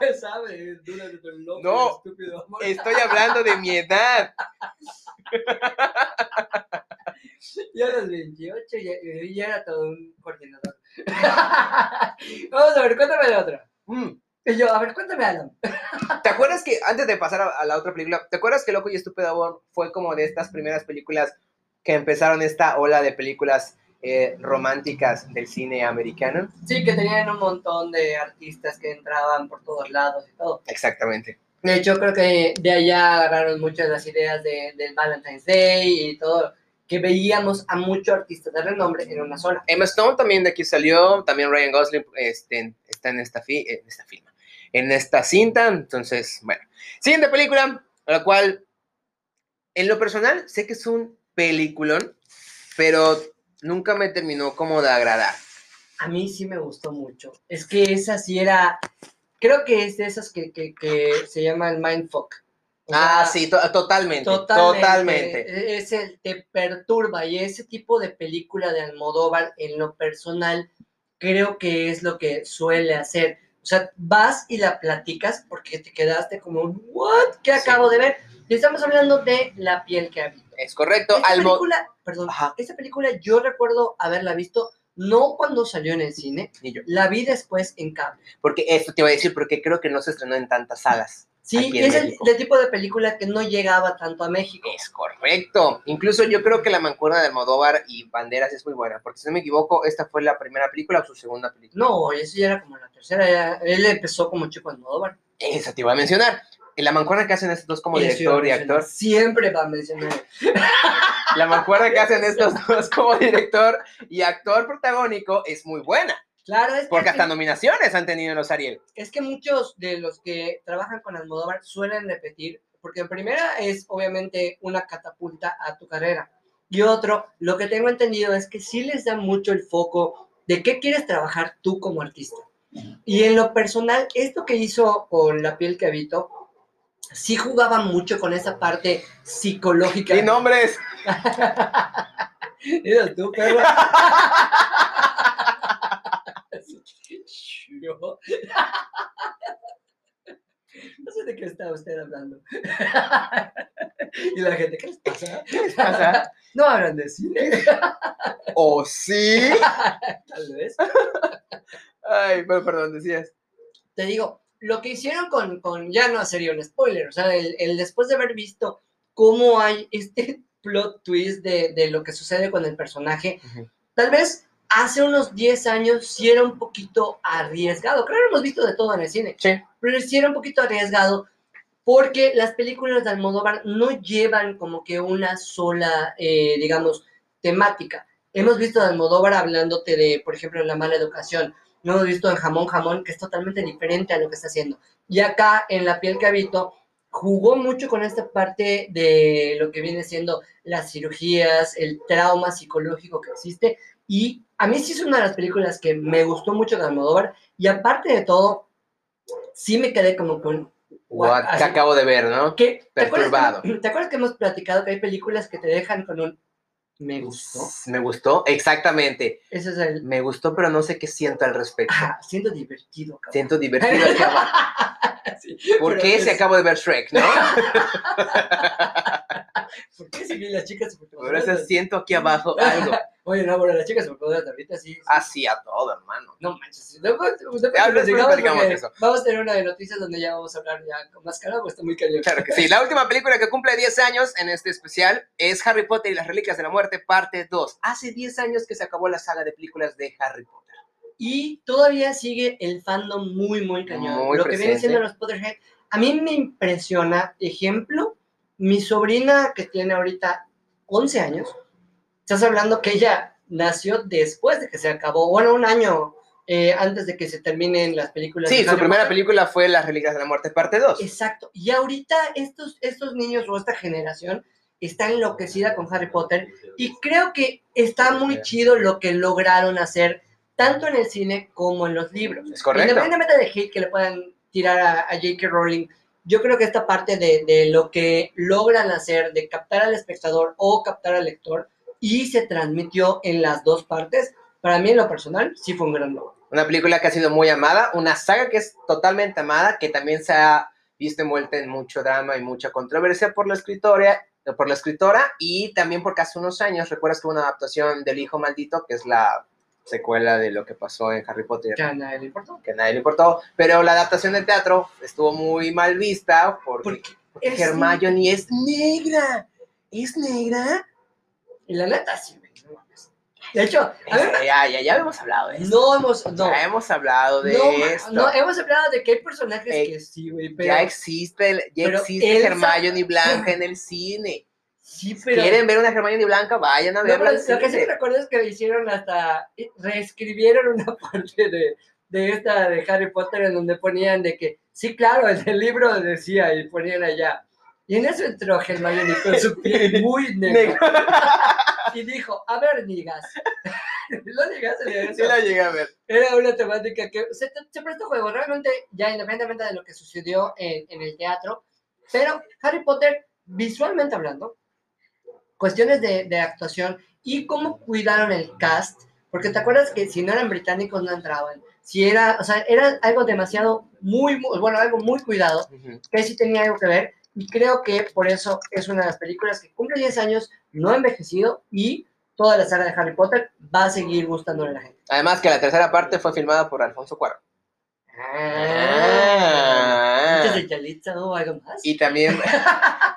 Speaker 2: se sabe, duda de tu loco,
Speaker 1: No,
Speaker 2: estúpido amor.
Speaker 1: Estoy hablando de mi edad.
Speaker 2: Yo a los 28 ya, eh, ya era todo un coordinador. Vamos a ver, cuéntame de otra.
Speaker 1: Mm,
Speaker 2: Y yo, a ver, cuéntame, Alan.
Speaker 1: ¿Te acuerdas que, antes de pasar a, a la otra película, ¿te acuerdas que Loco y Estúpido Amor fue como de estas primeras películas que empezaron esta ola de películas eh, románticas del cine americano?
Speaker 2: Sí, que tenían un montón de artistas que entraban por todos lados y todo.
Speaker 1: Exactamente.
Speaker 2: De hecho, creo que de allá agarraron muchas de las ideas de- del Valentine's Day y todo, que veíamos a muchos artistas de renombre en una sola.
Speaker 1: Emma Stone también de aquí salió, también Ryan Gosling este, está en esta, fi- en esta film, en esta cinta, entonces, bueno. Siguiente película, a la cual, en lo personal, sé que es un peliculón, pero nunca me terminó como de agradar.
Speaker 2: A mí sí me gustó mucho. Es que esa sí era, creo que es de esas que, que, que se llama el mindfuck. O sea,
Speaker 1: ah, sí, to- totalmente, totalmente.
Speaker 2: Totalmente. e- Es el te perturba y ese tipo de película de Almodóvar en lo personal creo que es lo que suele hacer. O sea, vas y la platicas porque te quedaste como, un, ¿what? ¿Qué
Speaker 1: Sí.
Speaker 2: acabo de ver? Y estamos hablando de La piel que habita.
Speaker 1: Es correcto,
Speaker 2: Esta
Speaker 1: Almo-
Speaker 2: película, perdón,
Speaker 1: Ajá.
Speaker 2: esta película yo recuerdo haberla visto no cuando salió en el cine,
Speaker 1: ni yo.
Speaker 2: la vi después en cable.
Speaker 1: Porque esto te iba a decir, porque creo que no se estrenó en tantas salas.
Speaker 2: Sí,
Speaker 1: Aquí
Speaker 2: y
Speaker 1: en
Speaker 2: es el,
Speaker 1: México.
Speaker 2: del tipo de película que no llegaba tanto a México.
Speaker 1: Es correcto. Incluso yo creo que la mancuerna de Almodóvar y Banderas es muy buena, porque si no me equivoco, esta fue la primera película o su segunda película.
Speaker 2: No, eso ya era como la tercera. ya- él empezó como chico Almodóvar.
Speaker 1: Eso te iba a mencionar. En la mancuerna que hacen estos dos como
Speaker 2: Eso iba a
Speaker 1: director y
Speaker 2: mencionar.
Speaker 1: actor.
Speaker 2: Siempre va a mencionar.
Speaker 1: La mancuerna que hacen estos dos como director y actor protagónico es muy buena,
Speaker 2: Claro, es que,
Speaker 1: porque hasta nominaciones han tenido en los Ariel.
Speaker 2: es que muchos de los que trabajan con Almodóvar suelen repetir, porque en primera es obviamente una catapulta a tu carrera. Y otro, lo que tengo entendido es que sí les da mucho el foco de qué quieres trabajar tú como artista. Y en lo personal, esto que hizo con La piel que habito, sí jugaba mucho con esa parte psicológica.
Speaker 1: Y nombres,
Speaker 2: Mira tú, perro. Yo. No sé de qué está usted hablando. Y la gente, ¿qué les pasa?
Speaker 1: pasa?
Speaker 2: No hablan de cine,
Speaker 1: ¿O sí?
Speaker 2: tal vez.
Speaker 1: Ay, pero perdón, decías.
Speaker 2: Te digo, lo que hicieron con, con ya no sería un spoiler, o sea, el, el después de haber visto cómo hay este plot twist de, de lo que sucede con el personaje, tal vez hace unos 10 años sí era un poquito arriesgado. Claro, hemos visto de todo en el cine,
Speaker 1: Sí.
Speaker 2: pero sí era un poquito arriesgado porque las películas de Almodóvar no llevan como que una sola, eh, digamos, temática. Hemos visto a Almodóvar hablándote de, por ejemplo, la mala educación. Lo hemos visto en Jamón Jamón, que es totalmente diferente a lo que está haciendo. Y acá, en La piel que habito, jugó mucho con esta parte de lo que viene siendo las cirugías, el trauma psicológico que existe. Y a mí sí es una de las películas que me gustó mucho de Almodóvar. Y aparte de todo, sí me quedé como con...
Speaker 1: What,
Speaker 2: así-
Speaker 1: que acabo de ver, ¿no?
Speaker 2: que- ¿te acuerdas
Speaker 1: Perturbado.
Speaker 2: que- ¿Te acuerdas que hemos platicado que hay películas que te dejan con un... Me gustó.
Speaker 1: Me gustó, exactamente.
Speaker 2: Ese es el...
Speaker 1: Me gustó, pero no sé qué siento al respecto.
Speaker 2: Ah, siento divertido, cabrón.
Speaker 1: Siento divertido. chaval.
Speaker 2: Sí,
Speaker 1: ¿Por
Speaker 2: pero
Speaker 1: qué
Speaker 2: es-
Speaker 1: si acabo de ver Shrek, no?
Speaker 2: ¿Por qué si vi las chicas
Speaker 1: Por eso
Speaker 2: superpoderosas?
Speaker 1: siento aquí abajo algo.
Speaker 2: Oye, no, bueno, las chicas superpoderosas ahorita sí. sí.
Speaker 1: Así a todo, hermano.
Speaker 2: No manches. Después, después
Speaker 1: Ah, después
Speaker 2: platicamos
Speaker 1: platicamos
Speaker 2: porque
Speaker 1: eso.
Speaker 2: Vamos a tener una de noticias donde ya vamos a hablar ya con más calma, pues está muy caliente.
Speaker 1: Claro que sí. La última película que cumple 10 años en este especial es Harry Potter y las Reliquias de la Muerte, parte 2. Hace 10 años que se acabó la saga de películas de Harry Potter.
Speaker 2: Y todavía sigue el fandom muy, muy cañón.
Speaker 1: Muy
Speaker 2: Lo que viene
Speaker 1: presente.
Speaker 2: siendo los Potterhead. A mí me impresiona, ejemplo, mi sobrina que tiene ahorita 11 años. Estás hablando que ella nació después de que se acabó, bueno, un año eh, antes de que se terminen las películas. de
Speaker 1: Sí, su
Speaker 2: Harry
Speaker 1: primera
Speaker 2: Potter.
Speaker 1: película fue Las Reliquias de la Muerte, parte 2.
Speaker 2: Exacto. Y ahorita estos, estos niños o esta generación está enloquecida con Harry Potter y creo que está muy chido lo que lograron hacer tanto en el cine como en los libros.
Speaker 1: Es correcto.
Speaker 2: Independientemente de hate que le puedan tirar a, a J.K. Rowling, yo creo que esta parte de, de lo que logran hacer, de captar al espectador o captar al lector, y se transmitió en las dos partes, para mí en lo personal sí fue un gran logro.
Speaker 1: Una película que ha sido muy amada, una saga que es totalmente amada, que también se ha visto envuelta en mucho drama y mucha controversia por la escritora, por la escritora y también porque hace unos años, recuerdas que hubo una adaptación del Hijo Maldito, que es la secuela de lo que pasó en Harry Potter.
Speaker 2: Ya a nadie le importó.
Speaker 1: que a nadie le importó, pero la adaptación del teatro estuvo muy mal vista porque,
Speaker 2: Porque
Speaker 1: porque
Speaker 2: es-
Speaker 1: Hermione es negra, es negra.
Speaker 2: Y la neta sí, güey, no mames. De hecho, a ver,
Speaker 1: Es- Este, ya, ya, ya hemos hablado de esto.
Speaker 2: no hemos, no,
Speaker 1: Ya hemos hablado de
Speaker 2: no, ma-
Speaker 1: esto.
Speaker 2: no, hemos hablado de que hay personajes
Speaker 1: Eh,
Speaker 2: que sí, güey, pero
Speaker 1: ya existe, el- ya
Speaker 2: pero
Speaker 1: existe
Speaker 2: Elsa-
Speaker 1: Hermione Blanca en el cine.
Speaker 2: sí, pero
Speaker 1: ¿Quieren ver una Hermione Blanca? Vayan a
Speaker 2: No, pero
Speaker 1: verla. al
Speaker 2: lo que sí
Speaker 1: cine.
Speaker 2: me recuerdo es que hicieron hasta, reescribieron una parte de, de esta de Harry Potter en donde ponían de que, sí, claro, el del libro decía y ponían allá. Y en eso entró Hermione con su piel muy negra y dijo, a ver, nigas. ¿Lo negaste? de
Speaker 1: Sí
Speaker 2: eso?
Speaker 1: la llegué a ver.
Speaker 2: Era Eh, una temática que se, se prestó juego, realmente, ya independientemente de lo que sucedió en, en el teatro, pero Harry Potter, visualmente hablando, cuestiones de, de actuación y cómo cuidaron el cast, porque te acuerdas que si no eran británicos no entraban, si era, o sea, era algo demasiado, muy, muy- bueno, algo muy cuidado,
Speaker 1: Ujú.
Speaker 2: que sí tenía algo que ver, y creo que por eso es una de las películas que cumple 10 años, no ha envejecido, y toda la saga de Harry Potter va a seguir gustándole a la gente.
Speaker 1: Además que la tercera parte fue filmada por Alfonso Cuarón.
Speaker 2: Ah. Antes de Yalitza o algo más.
Speaker 1: Y también,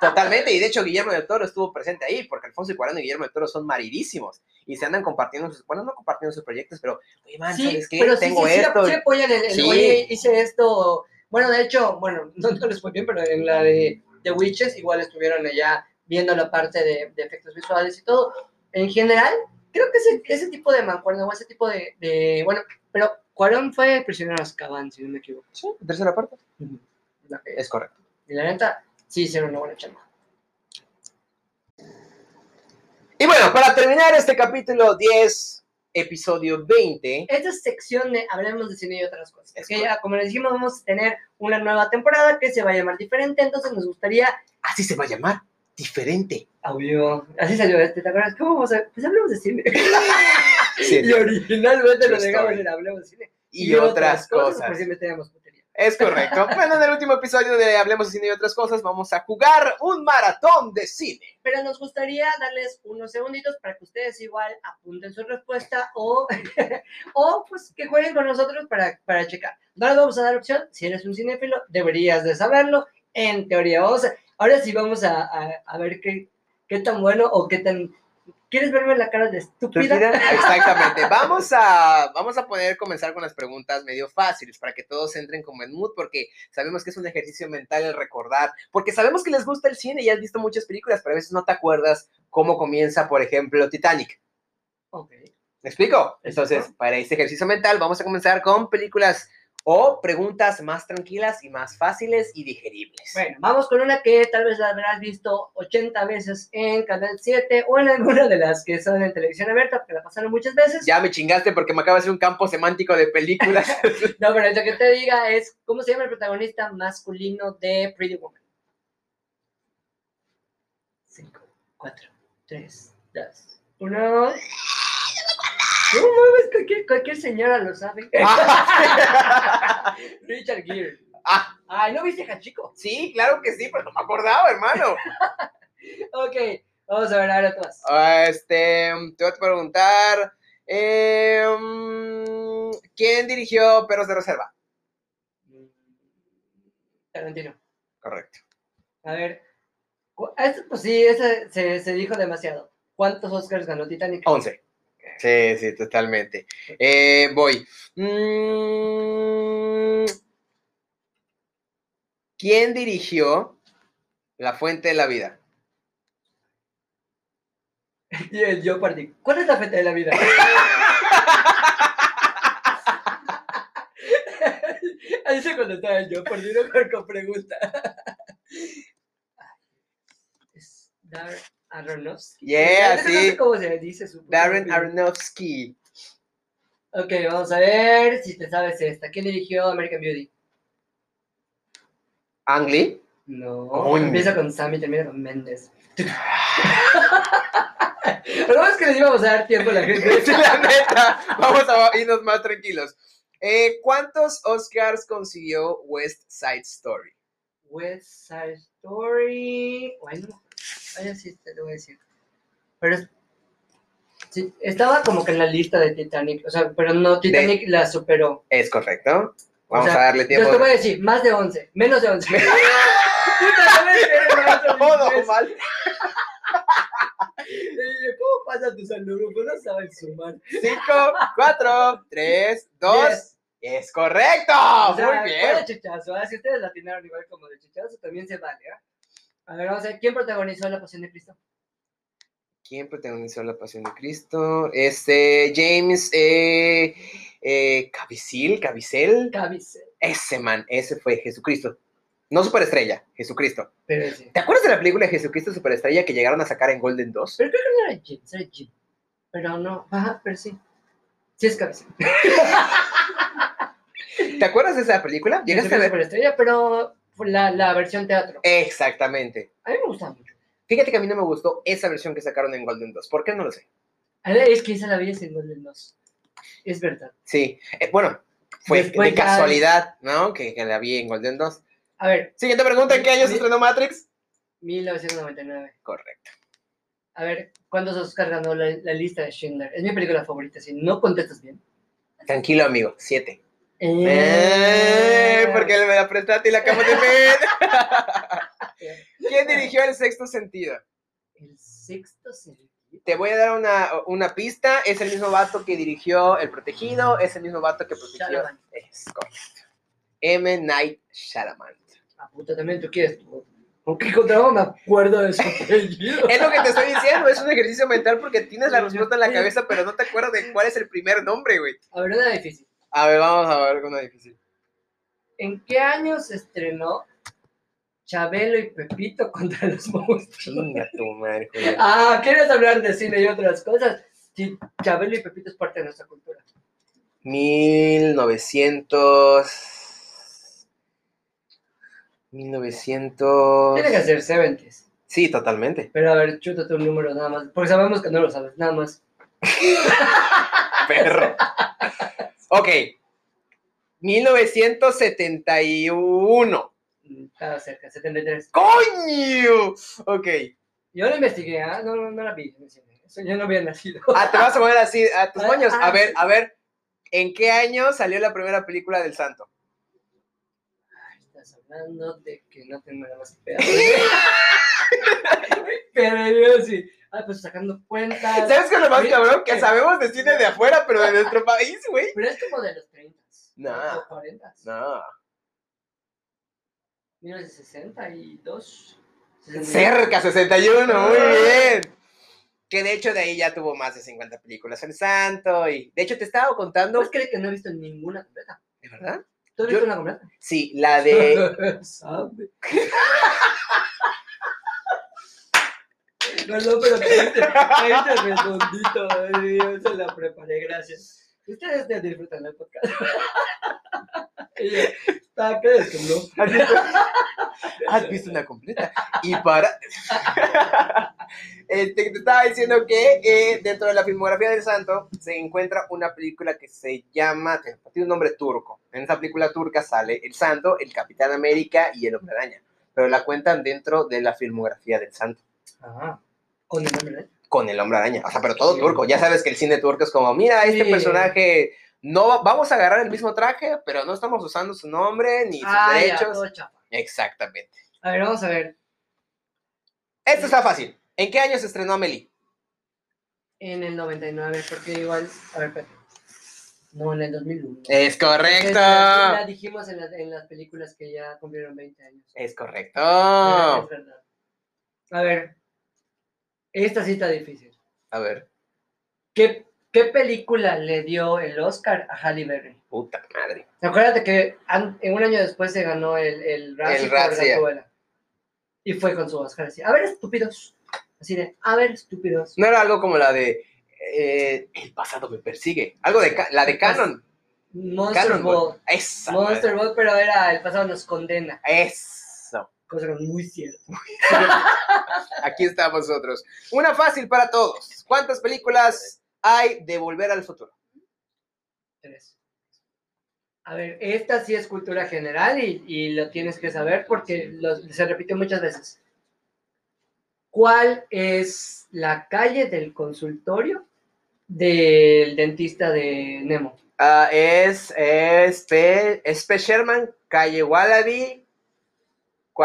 Speaker 1: totalmente, y de hecho Guillermo del Toro estuvo presente ahí, porque Alfonso y Cuarón y Guillermo del Toro son maridísimos, y se andan compartiendo sus, bueno, no compartiendo sus proyectos, pero, oye, man, ¿sabes qué? Tengo
Speaker 2: sí,
Speaker 1: esto.
Speaker 2: Sí, apoyan el, el,
Speaker 1: Sí.
Speaker 2: oye, hice esto. Bueno, de hecho, bueno, no, no les fue bien, pero en la de, de Witches igual estuvieron allá viendo la parte de, de efectos visuales y todo. En general, creo que ese, ese tipo de mancuerna o ese tipo de, de- bueno, pero Cuarón fue prisionero a Azkaban, si no me equivoco.
Speaker 1: Sí, la tercera parte.
Speaker 2: La que-
Speaker 1: Es correcto.
Speaker 2: Y la neta, sí hicieron una buena chamba.
Speaker 1: Y bueno, para terminar este capítulo 10, episodio 20,
Speaker 2: Esta es sección de Hablemos de cine y otras cosas.
Speaker 1: Es
Speaker 2: que ya, como les dijimos, vamos a tener una nueva temporada que se va a llamar diferente, entonces nos gustaría...
Speaker 1: así se va a llamar, diferente.
Speaker 2: Audio. Así salió este, ¿te acuerdas? ¿Cómo vamos a...? Pues hablemos de cine.
Speaker 1: Sí,
Speaker 2: y originalmente lo
Speaker 1: True
Speaker 2: dejamos
Speaker 1: story.
Speaker 2: en Hablemos de cine.
Speaker 1: y, otras
Speaker 2: Por
Speaker 1: cosas.
Speaker 2: si metíamos putería.
Speaker 1: Es correcto. Bueno, en el último episodio de Hablemos de Cine y otras cosas, vamos a jugar un maratón de cine.
Speaker 2: Pero nos gustaría darles unos segunditos para que ustedes igual apunten su respuesta o, o pues que jueguen con nosotros para, para checar. No les vamos a dar opción. Si eres un cinéfilo, deberías de saberlo. En teoría, vamos a- ahora sí vamos a, a- a ver qué, qué tan bueno o qué tan ¿Quieres verme la cara de estúpida?
Speaker 1: Exactamente. Vamos a, vamos a poder comenzar con las preguntas medio fáciles para que todos entren como en mood, porque sabemos que es un ejercicio mental el recordar, porque sabemos que les gusta el cine y has visto muchas películas, pero a veces no te acuerdas cómo comienza, por ejemplo, Titanic.
Speaker 2: Ok.
Speaker 1: ¿Me explico? Entonces, para este ejercicio mental, vamos a comenzar con películas o preguntas más tranquilas y más fáciles y digeribles.
Speaker 2: Bueno, vamos con una que tal vez la habrás visto 80 veces en Canal 7 o en alguna de las que son en televisión abierta, porque la pasaron muchas veces.
Speaker 1: Ya me chingaste porque me acaba de hacer un campo semántico de películas.
Speaker 2: No, pero lo que te diga es, ¿cómo se llama el protagonista masculino de Pretty Woman? 5, 4, 3, 2, 1. No mames, cualquier, cualquier señora lo sabe. Richard Gere.
Speaker 1: Ah.
Speaker 2: Ay, ¿no viste Hachiko?
Speaker 1: sí, claro que sí, pero no me acordaba, hermano.
Speaker 2: Ok, vamos a ver ahora tú vas.
Speaker 1: Ah, Este, te voy a preguntar, em, ¿quién dirigió Perros de Reserva?
Speaker 2: Tarantino.
Speaker 1: Correcto.
Speaker 2: A ver. cu- esto, pues sí, ese se, se dijo demasiado. ¿Cuántos Oscars ganó Titanic?
Speaker 1: 11. Sí, sí, totalmente. Eh, voy. Mm, ¿Quién dirigió La Fuente de la Vida?
Speaker 2: Y el Jeopardy. ¿Cuál es la feta de la vida? Ahí se contestaba el Jeopardy, no con, con pregunta. Es Darren Aronofsky.
Speaker 1: Yeah,
Speaker 2: No sé
Speaker 1: sí.
Speaker 2: cómo se dice su puto
Speaker 1: Darren
Speaker 2: nombre.
Speaker 1: Aronofsky.
Speaker 2: Ok, vamos a ver si te sabes esta. ¿Quién dirigió American Beauty?
Speaker 1: ¿Ang Lee?
Speaker 2: No.
Speaker 1: Coño.
Speaker 2: Empieza con Sammy, termina con Méndez. Pero es que les íbamos a dar tiempo a la gente.
Speaker 1: Sí, la neta. Vamos a irnos más tranquilos. Eh, ¿Cuántos Oscars consiguió West Side Story?
Speaker 2: West Side Story. Bueno, ahora sí te lo voy a decir. Pero es- sí, estaba como que en la lista de Titanic, o sea, pero no, Titanic la superó.
Speaker 1: Es correcto. Vamos
Speaker 2: O sea,
Speaker 1: a darle
Speaker 2: Yo
Speaker 1: tiempo.
Speaker 2: te voy a decir, más de 11, menos de 11. Puta, no me esperes, no me esperes.
Speaker 1: Todo Oh, mal.
Speaker 2: Eh, ¿Cómo pasa tus alumnos? No saben sumar.
Speaker 1: Cinco, cuatro, tres, dos.
Speaker 2: Diez.
Speaker 1: Es correcto.
Speaker 2: O sea,
Speaker 1: Muy
Speaker 2: fue
Speaker 1: bien.
Speaker 2: de chichazo, ¿ah? Si ustedes la atinaron igual como de chichazo, también se vale, ¿ah? A ver, vamos a ver, ¿quién protagonizó La Pasión de Cristo?
Speaker 1: ¿Quién protagonizó La Pasión de Cristo? Este, James eh, eh, Caviezel, Caviezel.
Speaker 2: Cavis.
Speaker 1: Ese man, ese fue Jesucristo. No superestrella, Jesucristo.
Speaker 2: Pero sí.
Speaker 1: ¿Te acuerdas de la película Jesucristo Superestrella que llegaron a sacar en Golden 2?
Speaker 2: Pero creo que no era James, era Jim. Pero no, ajá, pero sí. Sí es cabeza.
Speaker 1: ¿Te acuerdas de esa película? ¿Llegaste a ver?
Speaker 2: Superestrella, pero fue la, la versión teatro.
Speaker 1: Exactamente.
Speaker 2: A mí me gusta mucho.
Speaker 1: Fíjate que a mí no me gustó esa versión que sacaron en Golden 2. ¿Por qué? No lo sé.
Speaker 2: A ver, Es que esa la vi en Golden 2. Es verdad.
Speaker 1: Sí. Eh, bueno, fue
Speaker 2: Después
Speaker 1: de
Speaker 2: ya-
Speaker 1: casualidad, ¿no? Que, que la vi en Golden 2.
Speaker 2: A ver,
Speaker 1: Siguiente pregunta, ¿en qué año se estrenó Matrix?
Speaker 2: 1999.
Speaker 1: Correcto.
Speaker 2: A ver, ¿cuándo Oscar ganó la, la lista de Schindler? Es mi película favorita, si no contestas bien.
Speaker 1: Tranquilo, amigo. Siete.
Speaker 2: Eh,
Speaker 1: Eh, porque me la prestaste y la acabo de ver. ¿Quién dirigió El Sexto Sentido?
Speaker 2: El sexto sentido.
Speaker 1: Te voy a dar una, una pista. Es el mismo vato que dirigió El Protegido. Es el mismo vato que protegió...
Speaker 2: Shyamalan.
Speaker 1: Es correcto. M. Night Shyamalan.
Speaker 2: Ah, puta, también tú quieres. tú. ¿Con qué contaba? Me acuerdo de su apellido.
Speaker 1: Es lo que te estoy diciendo, es un ejercicio mental porque tienes la
Speaker 2: Sí,
Speaker 1: respuesta
Speaker 2: yo-
Speaker 1: en la cabeza, pero no te acuerdas de cuál es el primer nombre, güey.
Speaker 2: A ver, una difícil.
Speaker 1: A ver, vamos a ver una difícil.
Speaker 2: ¿En qué año se estrenó Chabelo y Pepito contra los monstruos?
Speaker 1: Chinga tu madre, Julián.
Speaker 2: Ah, ¿quieres hablar de cine y otras cosas? Sí, Chabelo y Pepito es parte de nuestra cultura.
Speaker 1: 1900.
Speaker 2: Tiene que
Speaker 1: 1900.
Speaker 2: ser 70s.
Speaker 1: Sí, totalmente.
Speaker 2: Pero a ver, chútate un número nada más. Porque sabemos que no lo sabes, nada más.
Speaker 1: Perro. Ok. 1971.
Speaker 2: Mm, Estaba cerca, 73.
Speaker 1: ¡Coño! Ok.
Speaker 2: Yo la investigué, ¿ah? No, no, no la vi. no sé, eso Yo no había nacido.
Speaker 1: Ah, te vas a poner así a tus
Speaker 2: Ah,
Speaker 1: moños.
Speaker 2: ah,
Speaker 1: A ver,
Speaker 2: sí.
Speaker 1: a ver. ¿En qué año salió la primera película del santo?
Speaker 2: Estás hablando de que no tengo nada más que pegar. Pero yo así, ah, pues sacando cuentas. eh,
Speaker 1: ¿Sabes qué es lo más
Speaker 2: Sí,
Speaker 1: cabrón? Que
Speaker 2: sí.
Speaker 1: sabemos de cine de afuera, pero de nuestro país, güey.
Speaker 2: Pero es como de los 30.
Speaker 1: Nah.
Speaker 2: O 40.
Speaker 1: No.
Speaker 2: 1962.
Speaker 1: Cerca, 61, muy bien. Ah. Que de hecho de ahí ya tuvo más de 50 películas el santo. Y de hecho te estaba
Speaker 2: ¿No
Speaker 1: contando,
Speaker 2: crees que no he visto ninguna completa?
Speaker 1: ¿de verdad?
Speaker 2: ¿Tú has
Speaker 1: Yo-
Speaker 2: visto una completa?
Speaker 1: Sí, la de
Speaker 2: Sabe. No, no, pero caíste, caíste redondito. ay, Yo se la preparé, gracias. Ustedes te disfrutan del podcast. Y yo, ¿Está crees que no?
Speaker 1: ¿Has visto, has visto una completa? Y para. Este, te estaba diciendo que eh, dentro de la filmografía del santo se encuentra una película que se llama. Tiene un nombre turco. En esa película turca sale el santo, el capitán América y el hombre araña. Pero la cuentan dentro de la filmografía del santo.
Speaker 2: Ah, con el nombre de
Speaker 1: Con el hombre araña. O sea, pero todo turco. Ya sabes que el cine turco es como: mira, este
Speaker 2: Sí.
Speaker 1: personaje. No, vamos a agarrar el mismo traje, pero no estamos usando su nombre ni sus
Speaker 2: Ah, ya,
Speaker 1: derechos.
Speaker 2: todo chafa.
Speaker 1: Exactamente.
Speaker 2: A ver, vamos a ver.
Speaker 1: Esto está fácil. ¿En qué año se estrenó Amelie?
Speaker 2: En el 99, porque igual. A ver, espérate. No, en el 2001.
Speaker 1: Es
Speaker 2: Entonces,
Speaker 1: Eh, correcto.
Speaker 2: Ya dijimos en, la- en las películas que ya cumplieron 20 años.
Speaker 1: Es
Speaker 2: Es
Speaker 1: correcto.
Speaker 2: verdad. A ver, esta sí está difícil.
Speaker 1: A ver,
Speaker 2: ¿Qué, qué película le dio el Oscar a Halle Berry?
Speaker 1: puta madre.
Speaker 2: Acuérdate que an- en un año después se ganó el, el Razzie
Speaker 1: El
Speaker 2: por
Speaker 1: Razzie.
Speaker 2: Gatúbela. Y fue con su Oscar así. A ver, estúpidos. Así de, a ver, estúpidos.
Speaker 1: No era algo como la de eh, El pasado me persigue. Algo de ca- la de Canon.
Speaker 2: Monster
Speaker 1: Canon.
Speaker 2: Ball.
Speaker 1: Ball. Esa.
Speaker 2: Monster
Speaker 1: madre.
Speaker 2: Ball, pero era el pasado nos condena.
Speaker 1: Eso.
Speaker 2: Cosa que es muy cierta.
Speaker 1: Aquí estamos nosotros. Una fácil para todos. ¿Cuántas películas hay de Volver al Futuro?
Speaker 2: Tres. A ver, esta sí es cultura general y, y lo tienes que saber porque lo- se repite muchas veces. ¿Cuál es la calle del consultorio del dentista de Nemo?
Speaker 1: Ah, es, es, Pe- es Pe Sherman, Calle Wallaby,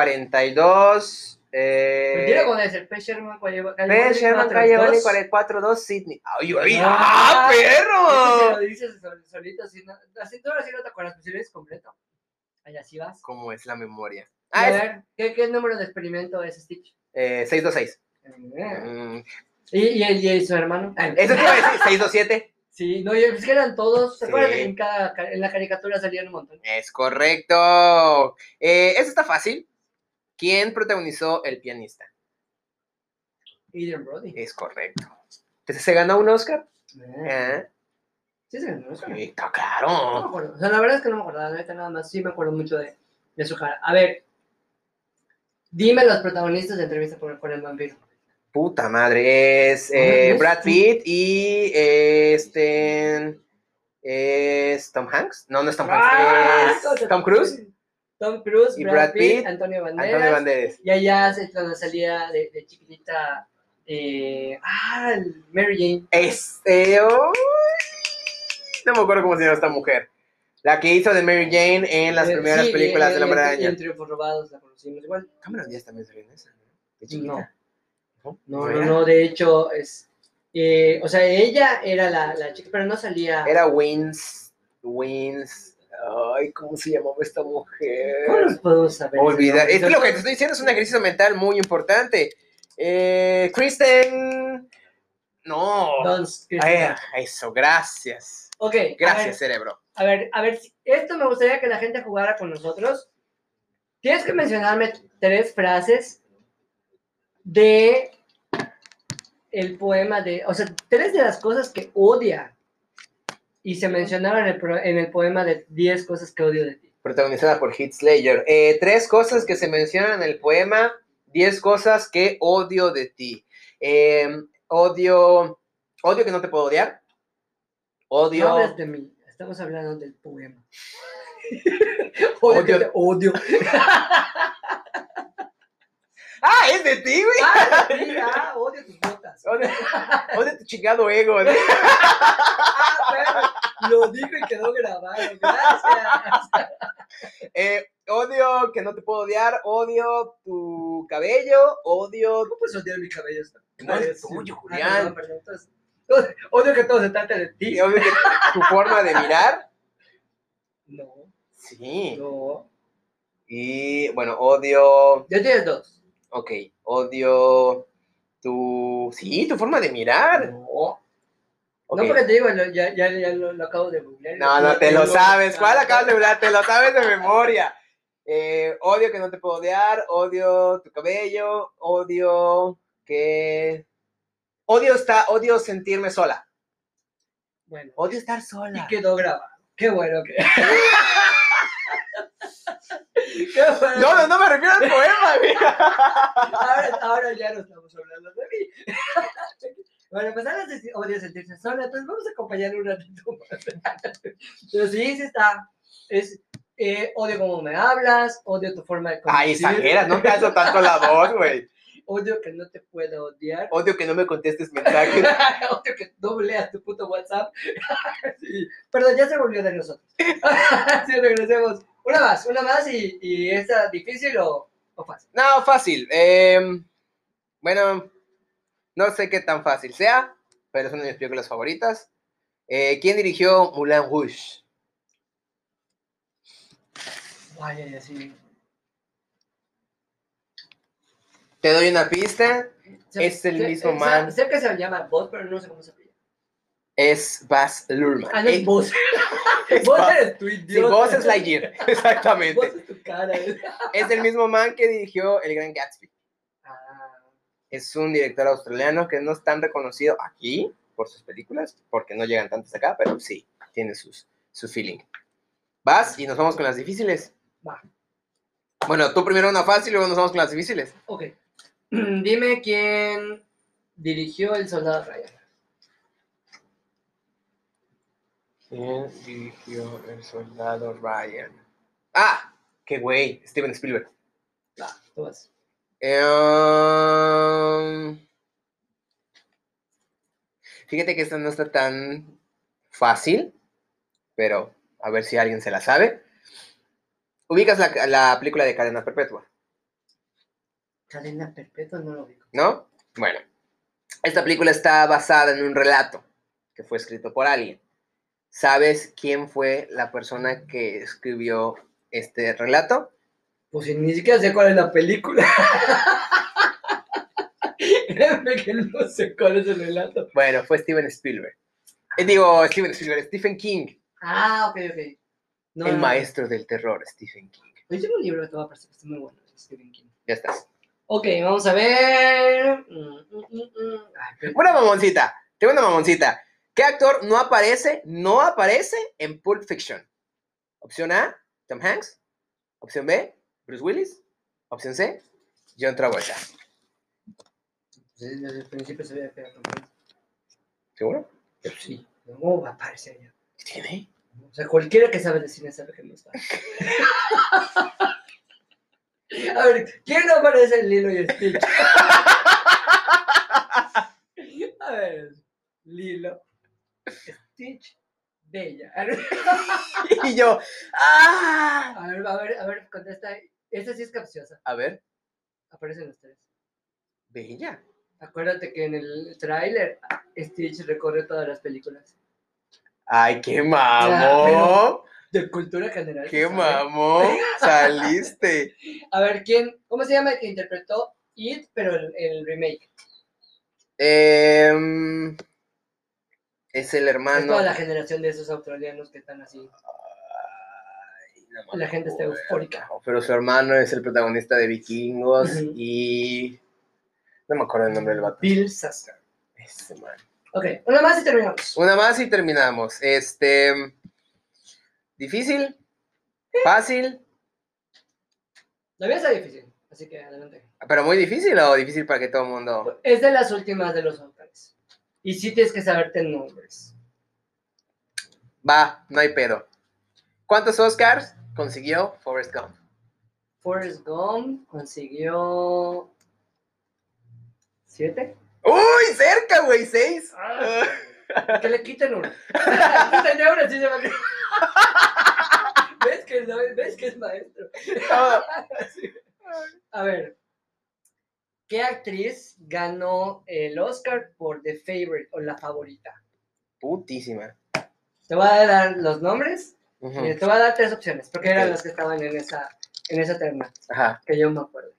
Speaker 1: 42. Eh,
Speaker 2: Mentira, cuando es el P. Sherman, calle
Speaker 1: Ve, Sherman Calle Valley
Speaker 2: 42.
Speaker 1: 442 Sydney. ¡Ay, ay!
Speaker 2: Ah.
Speaker 1: ¡Ah,
Speaker 2: Eso sí
Speaker 1: perro!
Speaker 2: lo dices sol- solito, así no, así tú ahora sí no te acuerdas, pero si lo dices completo. Allá sí vas.
Speaker 1: ¿Cómo es la memoria?
Speaker 2: Y
Speaker 1: Ah,
Speaker 2: a
Speaker 1: es
Speaker 2: ver, ¿qué, qué número de experimento es Stitch?
Speaker 1: eh, 626. Mm,
Speaker 2: ¿Y, y, el- y su hermano? Ay.
Speaker 1: Eso te iba a decir, 627.
Speaker 2: Sí, no, y es que eran todos. ¿Se
Speaker 1: Sí.
Speaker 2: acuerdan que en, cada, ca- en la caricatura salían un montón?
Speaker 1: Es correcto. Eh, eso está fácil. ¿Quién protagonizó El pianista?
Speaker 2: Adrian Brody.
Speaker 1: Es correcto. Entonces, ¿se ganó un Oscar?
Speaker 2: Ah.
Speaker 1: Ah,
Speaker 2: Sí, se ganó, se ganó.
Speaker 1: sí, está
Speaker 2: No me
Speaker 1: claro.
Speaker 2: acuerdo. O sea, la verdad es que no me acordaba, la neta, nada más. Sí, me acuerdo mucho de, de su cara. A ver, dime los protagonistas de entrevista por- con el vampiro.
Speaker 1: Puta madre. Es eh,
Speaker 2: ¿ves?
Speaker 1: Brad Pitt y eh, este. ¿Es Tom Hanks? No, no es Tom
Speaker 2: ¡Ah!
Speaker 1: Hanks. es Tom Cruise.
Speaker 2: Tom Cruise,
Speaker 1: Y
Speaker 2: Brad,
Speaker 1: Brad
Speaker 2: Pitt,
Speaker 1: Pitt,
Speaker 2: Antonio Banderas.
Speaker 1: Antonio Banderas.
Speaker 2: Y allá se- cuando salía de, de chiquitita. eh, ah, el Mary Jane.
Speaker 1: Este. uy, no me acuerdo cómo se llama esta mujer. La que hizo de Mary Jane en las
Speaker 2: Eh,
Speaker 1: primeras
Speaker 2: sí,
Speaker 1: películas
Speaker 2: eh,
Speaker 1: del Hombre
Speaker 2: en-
Speaker 1: Araña.
Speaker 2: En Triunfos Robados la conocimos igual.
Speaker 1: Cameron Díaz también salió en esa, ¿no? De
Speaker 2: No.
Speaker 1: chiquita.
Speaker 2: No, no,
Speaker 1: era?
Speaker 2: Pues no, de hecho, es. eh, o sea, ella era la, la chica, pero no salía.
Speaker 1: Era Wins. Wins. Ay, ¿cómo se llamaba esta
Speaker 2: ¿Cómo
Speaker 1: mujer?
Speaker 2: nos podemos saber?
Speaker 1: Olvida.
Speaker 2: ese
Speaker 1: Es que
Speaker 2: nombre?
Speaker 1: lo que te estoy diciendo es un ejercicio mental muy importante. Eh, Kristen. No.
Speaker 2: Entonces, que-
Speaker 1: Ay, eso, gracias.
Speaker 2: ok,
Speaker 1: Gracias,
Speaker 2: gracias.
Speaker 1: cerebro.
Speaker 2: A ver, a ver, si- esto me gustaría que la gente jugara con nosotros. Tienes que mencionarme tres frases de el poema de, o sea, tres de las cosas que odia y se mencionaron en el, pro- en el poema de 10 cosas que odio de ti.
Speaker 1: protagonizada por Heath Slayer. Eh, tres cosas que se mencionan en el poema, diez cosas que odio de ti. Eh, odio, odio que no te puedo odiar.
Speaker 2: No
Speaker 1: Odio,
Speaker 2: hablas de mí, estamos hablando del poema. odio,
Speaker 1: Odio-
Speaker 2: que te odio.
Speaker 1: ah, es de ti, güey.
Speaker 2: Ah, sí, ah, odio tus botas.
Speaker 1: Odio, odio tu chingado ego. ¿no?
Speaker 2: Ah, bueno, lo dijo y quedó grabado. Gracias.
Speaker 1: Eh, odio que no te puedo odiar. Odio tu tu cabello, odio.
Speaker 2: ¿Cómo puedes odiar mi cabello?
Speaker 1: No es tuyo, Julián.
Speaker 2: Ah, perdón, perdón, entonces, entonces, odio que todo se trate de ti.
Speaker 1: y obvio que tu forma de mirar.
Speaker 2: No,
Speaker 1: Sí.
Speaker 2: no.
Speaker 1: Y bueno, odio.
Speaker 2: Yo tienes dos.
Speaker 1: Ok, odio tu. Sí, tu forma de mirar.
Speaker 2: No.
Speaker 1: Ok.
Speaker 2: No, porque te digo, lo- ya, ya, ya lo, lo acabo de googlear. Ah,
Speaker 1: No, no te lo sabes. ¿Cuál acabas de hablar? Te lo sabes de memoria. Eh, odio que no te puedo odiar. Odio tu cabello. Odio que. Odio, está, odio sentirme sola.
Speaker 2: Bueno,
Speaker 1: Odio estar
Speaker 2: y
Speaker 1: sola.
Speaker 2: quedó grabado. Qué bueno que. Qué bueno.
Speaker 1: No, no, no me refiero al poema, mira.
Speaker 2: Ahora, ahora ya no estamos hablando de mí. Bueno, pues ahora sí odio sentirse sola, entonces vamos a acompañar un ratito más. Pero sí, sí está. Es, eh, odio cómo me hablas, odio tu forma de
Speaker 1: Ay, exageras, no canso tanto la voz, güey.
Speaker 2: Odio que no te pueda odiar.
Speaker 1: Odio que no me contestes mensajes.
Speaker 2: odio que no leas tu puto WhatsApp. Sí. Perdón, ya se volvió de nosotros. sí, regresemos. Una más, una más y, y esta difícil o, o fácil.
Speaker 1: No, fácil. em, bueno, no sé qué tan fácil sea, pero es una de mis películas favoritas. Eh, ¿Quién dirigió Moulin Rouge?
Speaker 2: Ay, ay, ay, sí.
Speaker 1: Te doy una pista.
Speaker 2: Se-
Speaker 1: Es el
Speaker 2: se-
Speaker 1: mismo
Speaker 2: se-
Speaker 1: man.
Speaker 2: Sé que se llama Bot, pero no sé cómo se llama.
Speaker 1: Es Baz Luhrmann.
Speaker 2: Ah, no es
Speaker 1: Eh,
Speaker 2: Bot.
Speaker 1: es
Speaker 2: Bot
Speaker 1: Buzz.
Speaker 2: eres tu
Speaker 1: Sí,
Speaker 2: idiota.
Speaker 1: Buzz es Lightyear,
Speaker 2: Buzz
Speaker 1: exactamente.
Speaker 2: es tu cara. eh.
Speaker 1: Es el mismo man que dirigió El Gran Gatsby.
Speaker 2: Ah,
Speaker 1: Es un director australiano que no es tan reconocido aquí por sus películas, porque no llegan tantas acá, pero sí, tiene sus, su feeling. Vas y nos vamos con las difíciles.
Speaker 2: Va.
Speaker 1: Bueno, tú primero una fácil y luego nos vamos con las difíciles.
Speaker 2: ok. Mm, Dime quién dirigió El Soldado Ryan.
Speaker 1: ¿Quién dirigió El Soldado Ryan? Ah, qué güey, Steven Spielberg.
Speaker 2: Va, tú vas.
Speaker 1: Em, fíjate que esta no está tan fácil, pero a ver si alguien se la sabe. Ubicas la, la película de Cadena Perpetua,
Speaker 2: Cadena Perpetua, no lo digo.
Speaker 1: ¿no? Bueno, esta película está basada en un relato que fue escrito por alguien. ¿Sabes quién fue la persona que escribió este relato?
Speaker 2: Pues ni siquiera sé cuál es la película. Créeme que no sé cuál es el relato.
Speaker 1: Bueno, fue Steven Spielberg. Eh, digo, Steven Spielberg, Stephen King,
Speaker 2: Ah, ok, ok. No,
Speaker 1: el
Speaker 2: no, no.
Speaker 1: maestro del terror, Stephen King.
Speaker 2: Yo tengo un libro que te va a parecer que está muy bueno. de Stephen King.
Speaker 1: Ya estás.
Speaker 2: Ok, vamos a ver. Mm, mm, mm, mm. Ay, pero-
Speaker 1: Una mamoncita. Tengo una mamoncita. ¿Qué actor no aparece, no aparece en Pulp Fiction? Opción A, Tom Hanks. Opción B, Bruce Willis. Opción C, John Travolta.
Speaker 2: Sí, pues, eh, Desde el principio se veía que era campeón.
Speaker 1: ¿Seguro?
Speaker 2: Sí, no va a aparecer ya.
Speaker 1: ¿Qué tiene?
Speaker 2: O sea, cualquiera que sabe de cine sabe que no está. A ver, ¿quién no aparece en Lilo y Stitch? A ver, Lilo, Stitch, Bella. A ver,
Speaker 1: y yo, ¡ah!
Speaker 2: a ver, a ver, a ver, contesta. Esta sí es capciosa.
Speaker 1: A ver,
Speaker 2: Aparecen los tres.
Speaker 1: Bella.
Speaker 2: Acuérdate que en el tráiler Stitch recorre todas las películas.
Speaker 1: Ay, qué mamón.
Speaker 2: De cultura general.
Speaker 1: Qué
Speaker 2: se sabe.
Speaker 1: mamón. Saliste.
Speaker 2: A ver, ¿quién? ¿Cómo se llama el que interpretó It, pero el, el remake?
Speaker 1: Em, es el
Speaker 2: Es
Speaker 1: hermano.
Speaker 2: toda la generación de esos australianos que están así.
Speaker 1: Ay, no me
Speaker 2: La gente está
Speaker 1: acuerdo.
Speaker 2: eufórica.
Speaker 1: No, Pero su hermano es el protagonista de Vikingos
Speaker 2: Ujú.
Speaker 1: y. No me acuerdo el nombre del vato.
Speaker 2: Bill Sasker.
Speaker 1: Ese man.
Speaker 2: Ok, una más y terminamos.
Speaker 1: Una más y terminamos. Este. Difícil. Fácil.
Speaker 2: La vida está difícil, así que adelante.
Speaker 1: Pero muy difícil o difícil para que todo el mundo.
Speaker 2: Es de las últimas de los Oscars. Y sí tienes que saberte nombres.
Speaker 1: Va, no hay pedo. ¿Cuántos Oscars consiguió Forrest Gump?
Speaker 2: Forrest Gump consiguió... ¿Siete?
Speaker 1: ¡Uy! ¡Cerca, güey! ¡Seis!
Speaker 2: Que le quiten uno. Quiten uno, sí se va a quedar. ¿Ves que, no- ¿Ves que es maestro?
Speaker 1: No,
Speaker 2: A ver, ¿Qué actriz ganó el Oscar por The Favorite o la favorita?
Speaker 1: Putísima.
Speaker 2: Te voy a dar los nombres,
Speaker 1: Ujú.
Speaker 2: eh, te voy a dar tres opciones, porque eran
Speaker 1: Ok.
Speaker 2: las que estaban en esa, en esa terna,
Speaker 1: Ajá.
Speaker 2: que yo me acuerdo.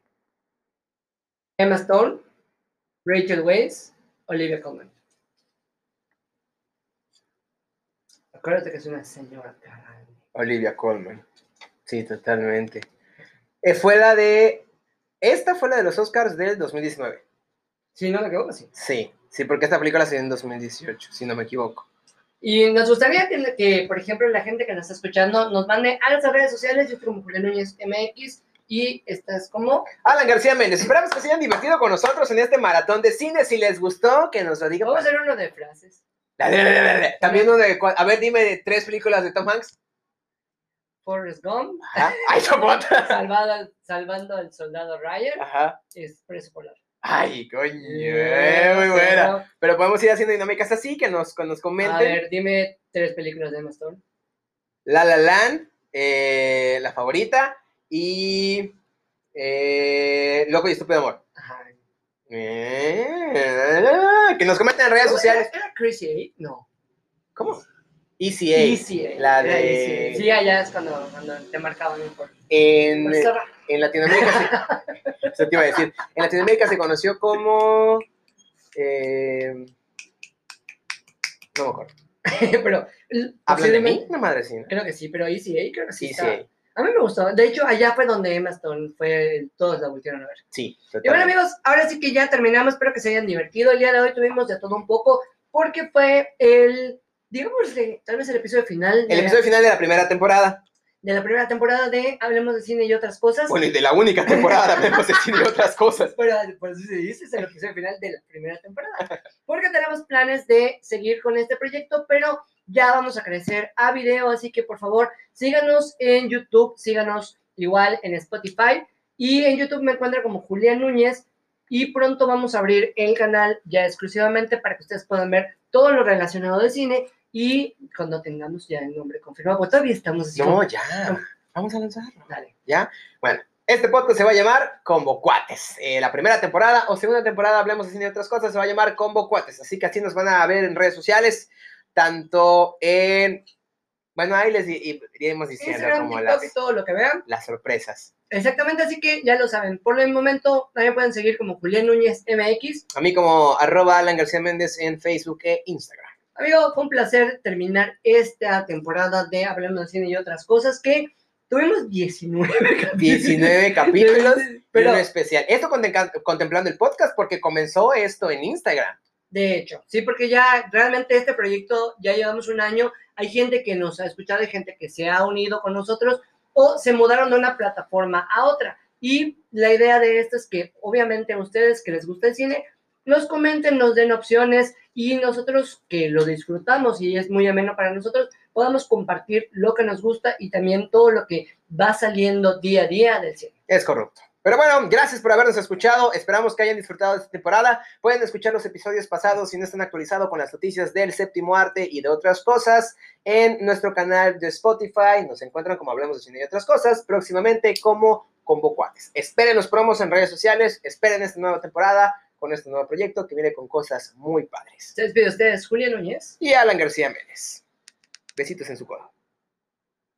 Speaker 2: Emma Stone, Rachel Weisz, Olivia Colman. Acuérdate que es una señora, caray.
Speaker 1: Olivia Colman. Sí, totalmente. Eh, fue la de. Esta fue la de los Oscars del 2019.
Speaker 2: Si no me equivoco, sí.
Speaker 1: Sí, sí, porque esta película se dio en 2018, si no me equivoco.
Speaker 2: Y nos gustaría que, que, por ejemplo, la gente que nos está escuchando nos mande a las redes sociales, yo soy Julio Núñez MX, y estás como,
Speaker 1: Alan García Méndez, esperamos que se hayan divertido con nosotros en este maratón de cine. Si les gustó, que nos lo digan.
Speaker 2: vamos a hacer uno de frases.
Speaker 1: La- la- la- la- la. También uno de. cua- A ver, dime de tres películas de Tom Hanks.
Speaker 2: Forrest Gump,
Speaker 1: Ajá. Ay, Tomota.
Speaker 2: salvado, salvando al soldado Ryan,
Speaker 1: Ajá.
Speaker 2: es preso por la...
Speaker 1: Ay, coño. eh, Muy buena. Pero podemos ir haciendo dinámicas así, que nos, que nos
Speaker 2: A
Speaker 1: comenten.
Speaker 2: ver, dime tres películas de Emma Stone.
Speaker 1: La La Land, eh, La Favorita y eh, Loco y Estúpido Amor.
Speaker 2: Ajá.
Speaker 1: Eh, que nos comenten en redes sociales.
Speaker 2: Oh, ¿Era Crazy Eight? No.
Speaker 1: ¿Cómo? E Easy Eight.
Speaker 2: Easy Eight.
Speaker 1: La
Speaker 2: Era Easy Eight.
Speaker 1: de...
Speaker 2: Sí, allá es cuando, cuando te marcaban el por...
Speaker 1: En,
Speaker 2: por cerrar.
Speaker 1: en Latinoamérica se... Eso te iba a decir. En Latinoamérica se conoció como... eh, no me acuerdo.
Speaker 2: Pero, l-
Speaker 1: ¿Hablan de mí?
Speaker 2: posiblemente-
Speaker 1: Una E madre sí, ¿no?
Speaker 2: Creo que sí, pero Easy Eight creo que sí
Speaker 1: Easy
Speaker 2: está-
Speaker 1: Eight.
Speaker 2: A mí me gustó. De hecho, allá fue donde Emma Stone fue, todos la volvieron a ver.
Speaker 1: Sí,
Speaker 2: Y bueno,
Speaker 1: totalmente.
Speaker 2: amigos, ahora sí que ya terminamos. Espero que se hayan divertido. El día de hoy tuvimos de todo un poco, porque fue el, digamos, de- tal vez el episodio final de,
Speaker 1: El episodio final de la primera temporada.
Speaker 2: de la primera temporada de Hablemos de Cine y otras cosas.
Speaker 1: Bueno, y de la única temporada, hablemos de cine y otras cosas.
Speaker 2: Pero, por eso se dice, es el episodio final de la primera temporada. Porque tenemos planes de seguir con este proyecto, pero ya vamos a crecer a video, así que por favor síganos en YouTube, síganos igual en Spotify. Y en YouTube me encuentro como Julián Núñez y pronto vamos a abrir el canal ya exclusivamente para que ustedes puedan ver todo lo relacionado de cine y cuando tengamos ya el nombre confirmado, pues todavía estamos así
Speaker 1: No,
Speaker 2: como-
Speaker 1: ya. Vamos a lanzarlo.
Speaker 2: Dale.
Speaker 1: Este podcast se va a llamar Combo Cuates. Eh, la primera temporada o segunda temporada, hablemos de cine y otras cosas, se va a llamar Combo Cuates. Así que así nos van a ver en redes sociales, tanto en. Bueno, ahí les i- i- iremos diciendo
Speaker 2: Instagram,
Speaker 1: como
Speaker 2: TikTok y
Speaker 1: las,
Speaker 2: todo lo que vean.
Speaker 1: las sorpresas.
Speaker 2: Exactamente, así que ya lo saben. Por el momento también pueden seguir como Julián Núñez MX.
Speaker 1: A mí, como arroba Alan García Méndez en Facebook e Instagram.
Speaker 2: Amigo, fue un placer terminar esta temporada de Hablando de Cine y otras cosas que tuvimos 19
Speaker 1: 19 capítulos. Pero
Speaker 2: Pero,
Speaker 1: especial. Esto conten- contemplando el podcast porque comenzó esto en Instagram.
Speaker 2: de hecho, sí, porque ya realmente este proyecto ya llevamos un año. Hay gente que nos ha escuchado, hay gente que se ha unido con nosotros o se mudaron de una plataforma a otra. Y la idea de esto es que, obviamente, a ustedes que les gusta el cine, nos comenten, nos den opciones y nosotros que lo disfrutamos y es muy ameno para nosotros, podamos compartir lo que nos gusta y también todo lo que va saliendo día a día del cine.
Speaker 1: Es corrupto. Pero bueno, gracias por habernos escuchado. Esperamos que hayan disfrutado de esta temporada. Pueden escuchar los episodios pasados si no están actualizados con las noticias del séptimo arte y de otras cosas en nuestro canal de Spotify. Nos encuentran como hablamos de cine y otras cosas. Próximamente como Combo Cuates. Esperen los promos en redes sociales. Esperen esta nueva temporada con este nuevo proyecto que viene con cosas muy padres.
Speaker 2: Se despide de ustedes, Julia Núñez.
Speaker 1: Y Alan García Méndez. Besitos en su codo.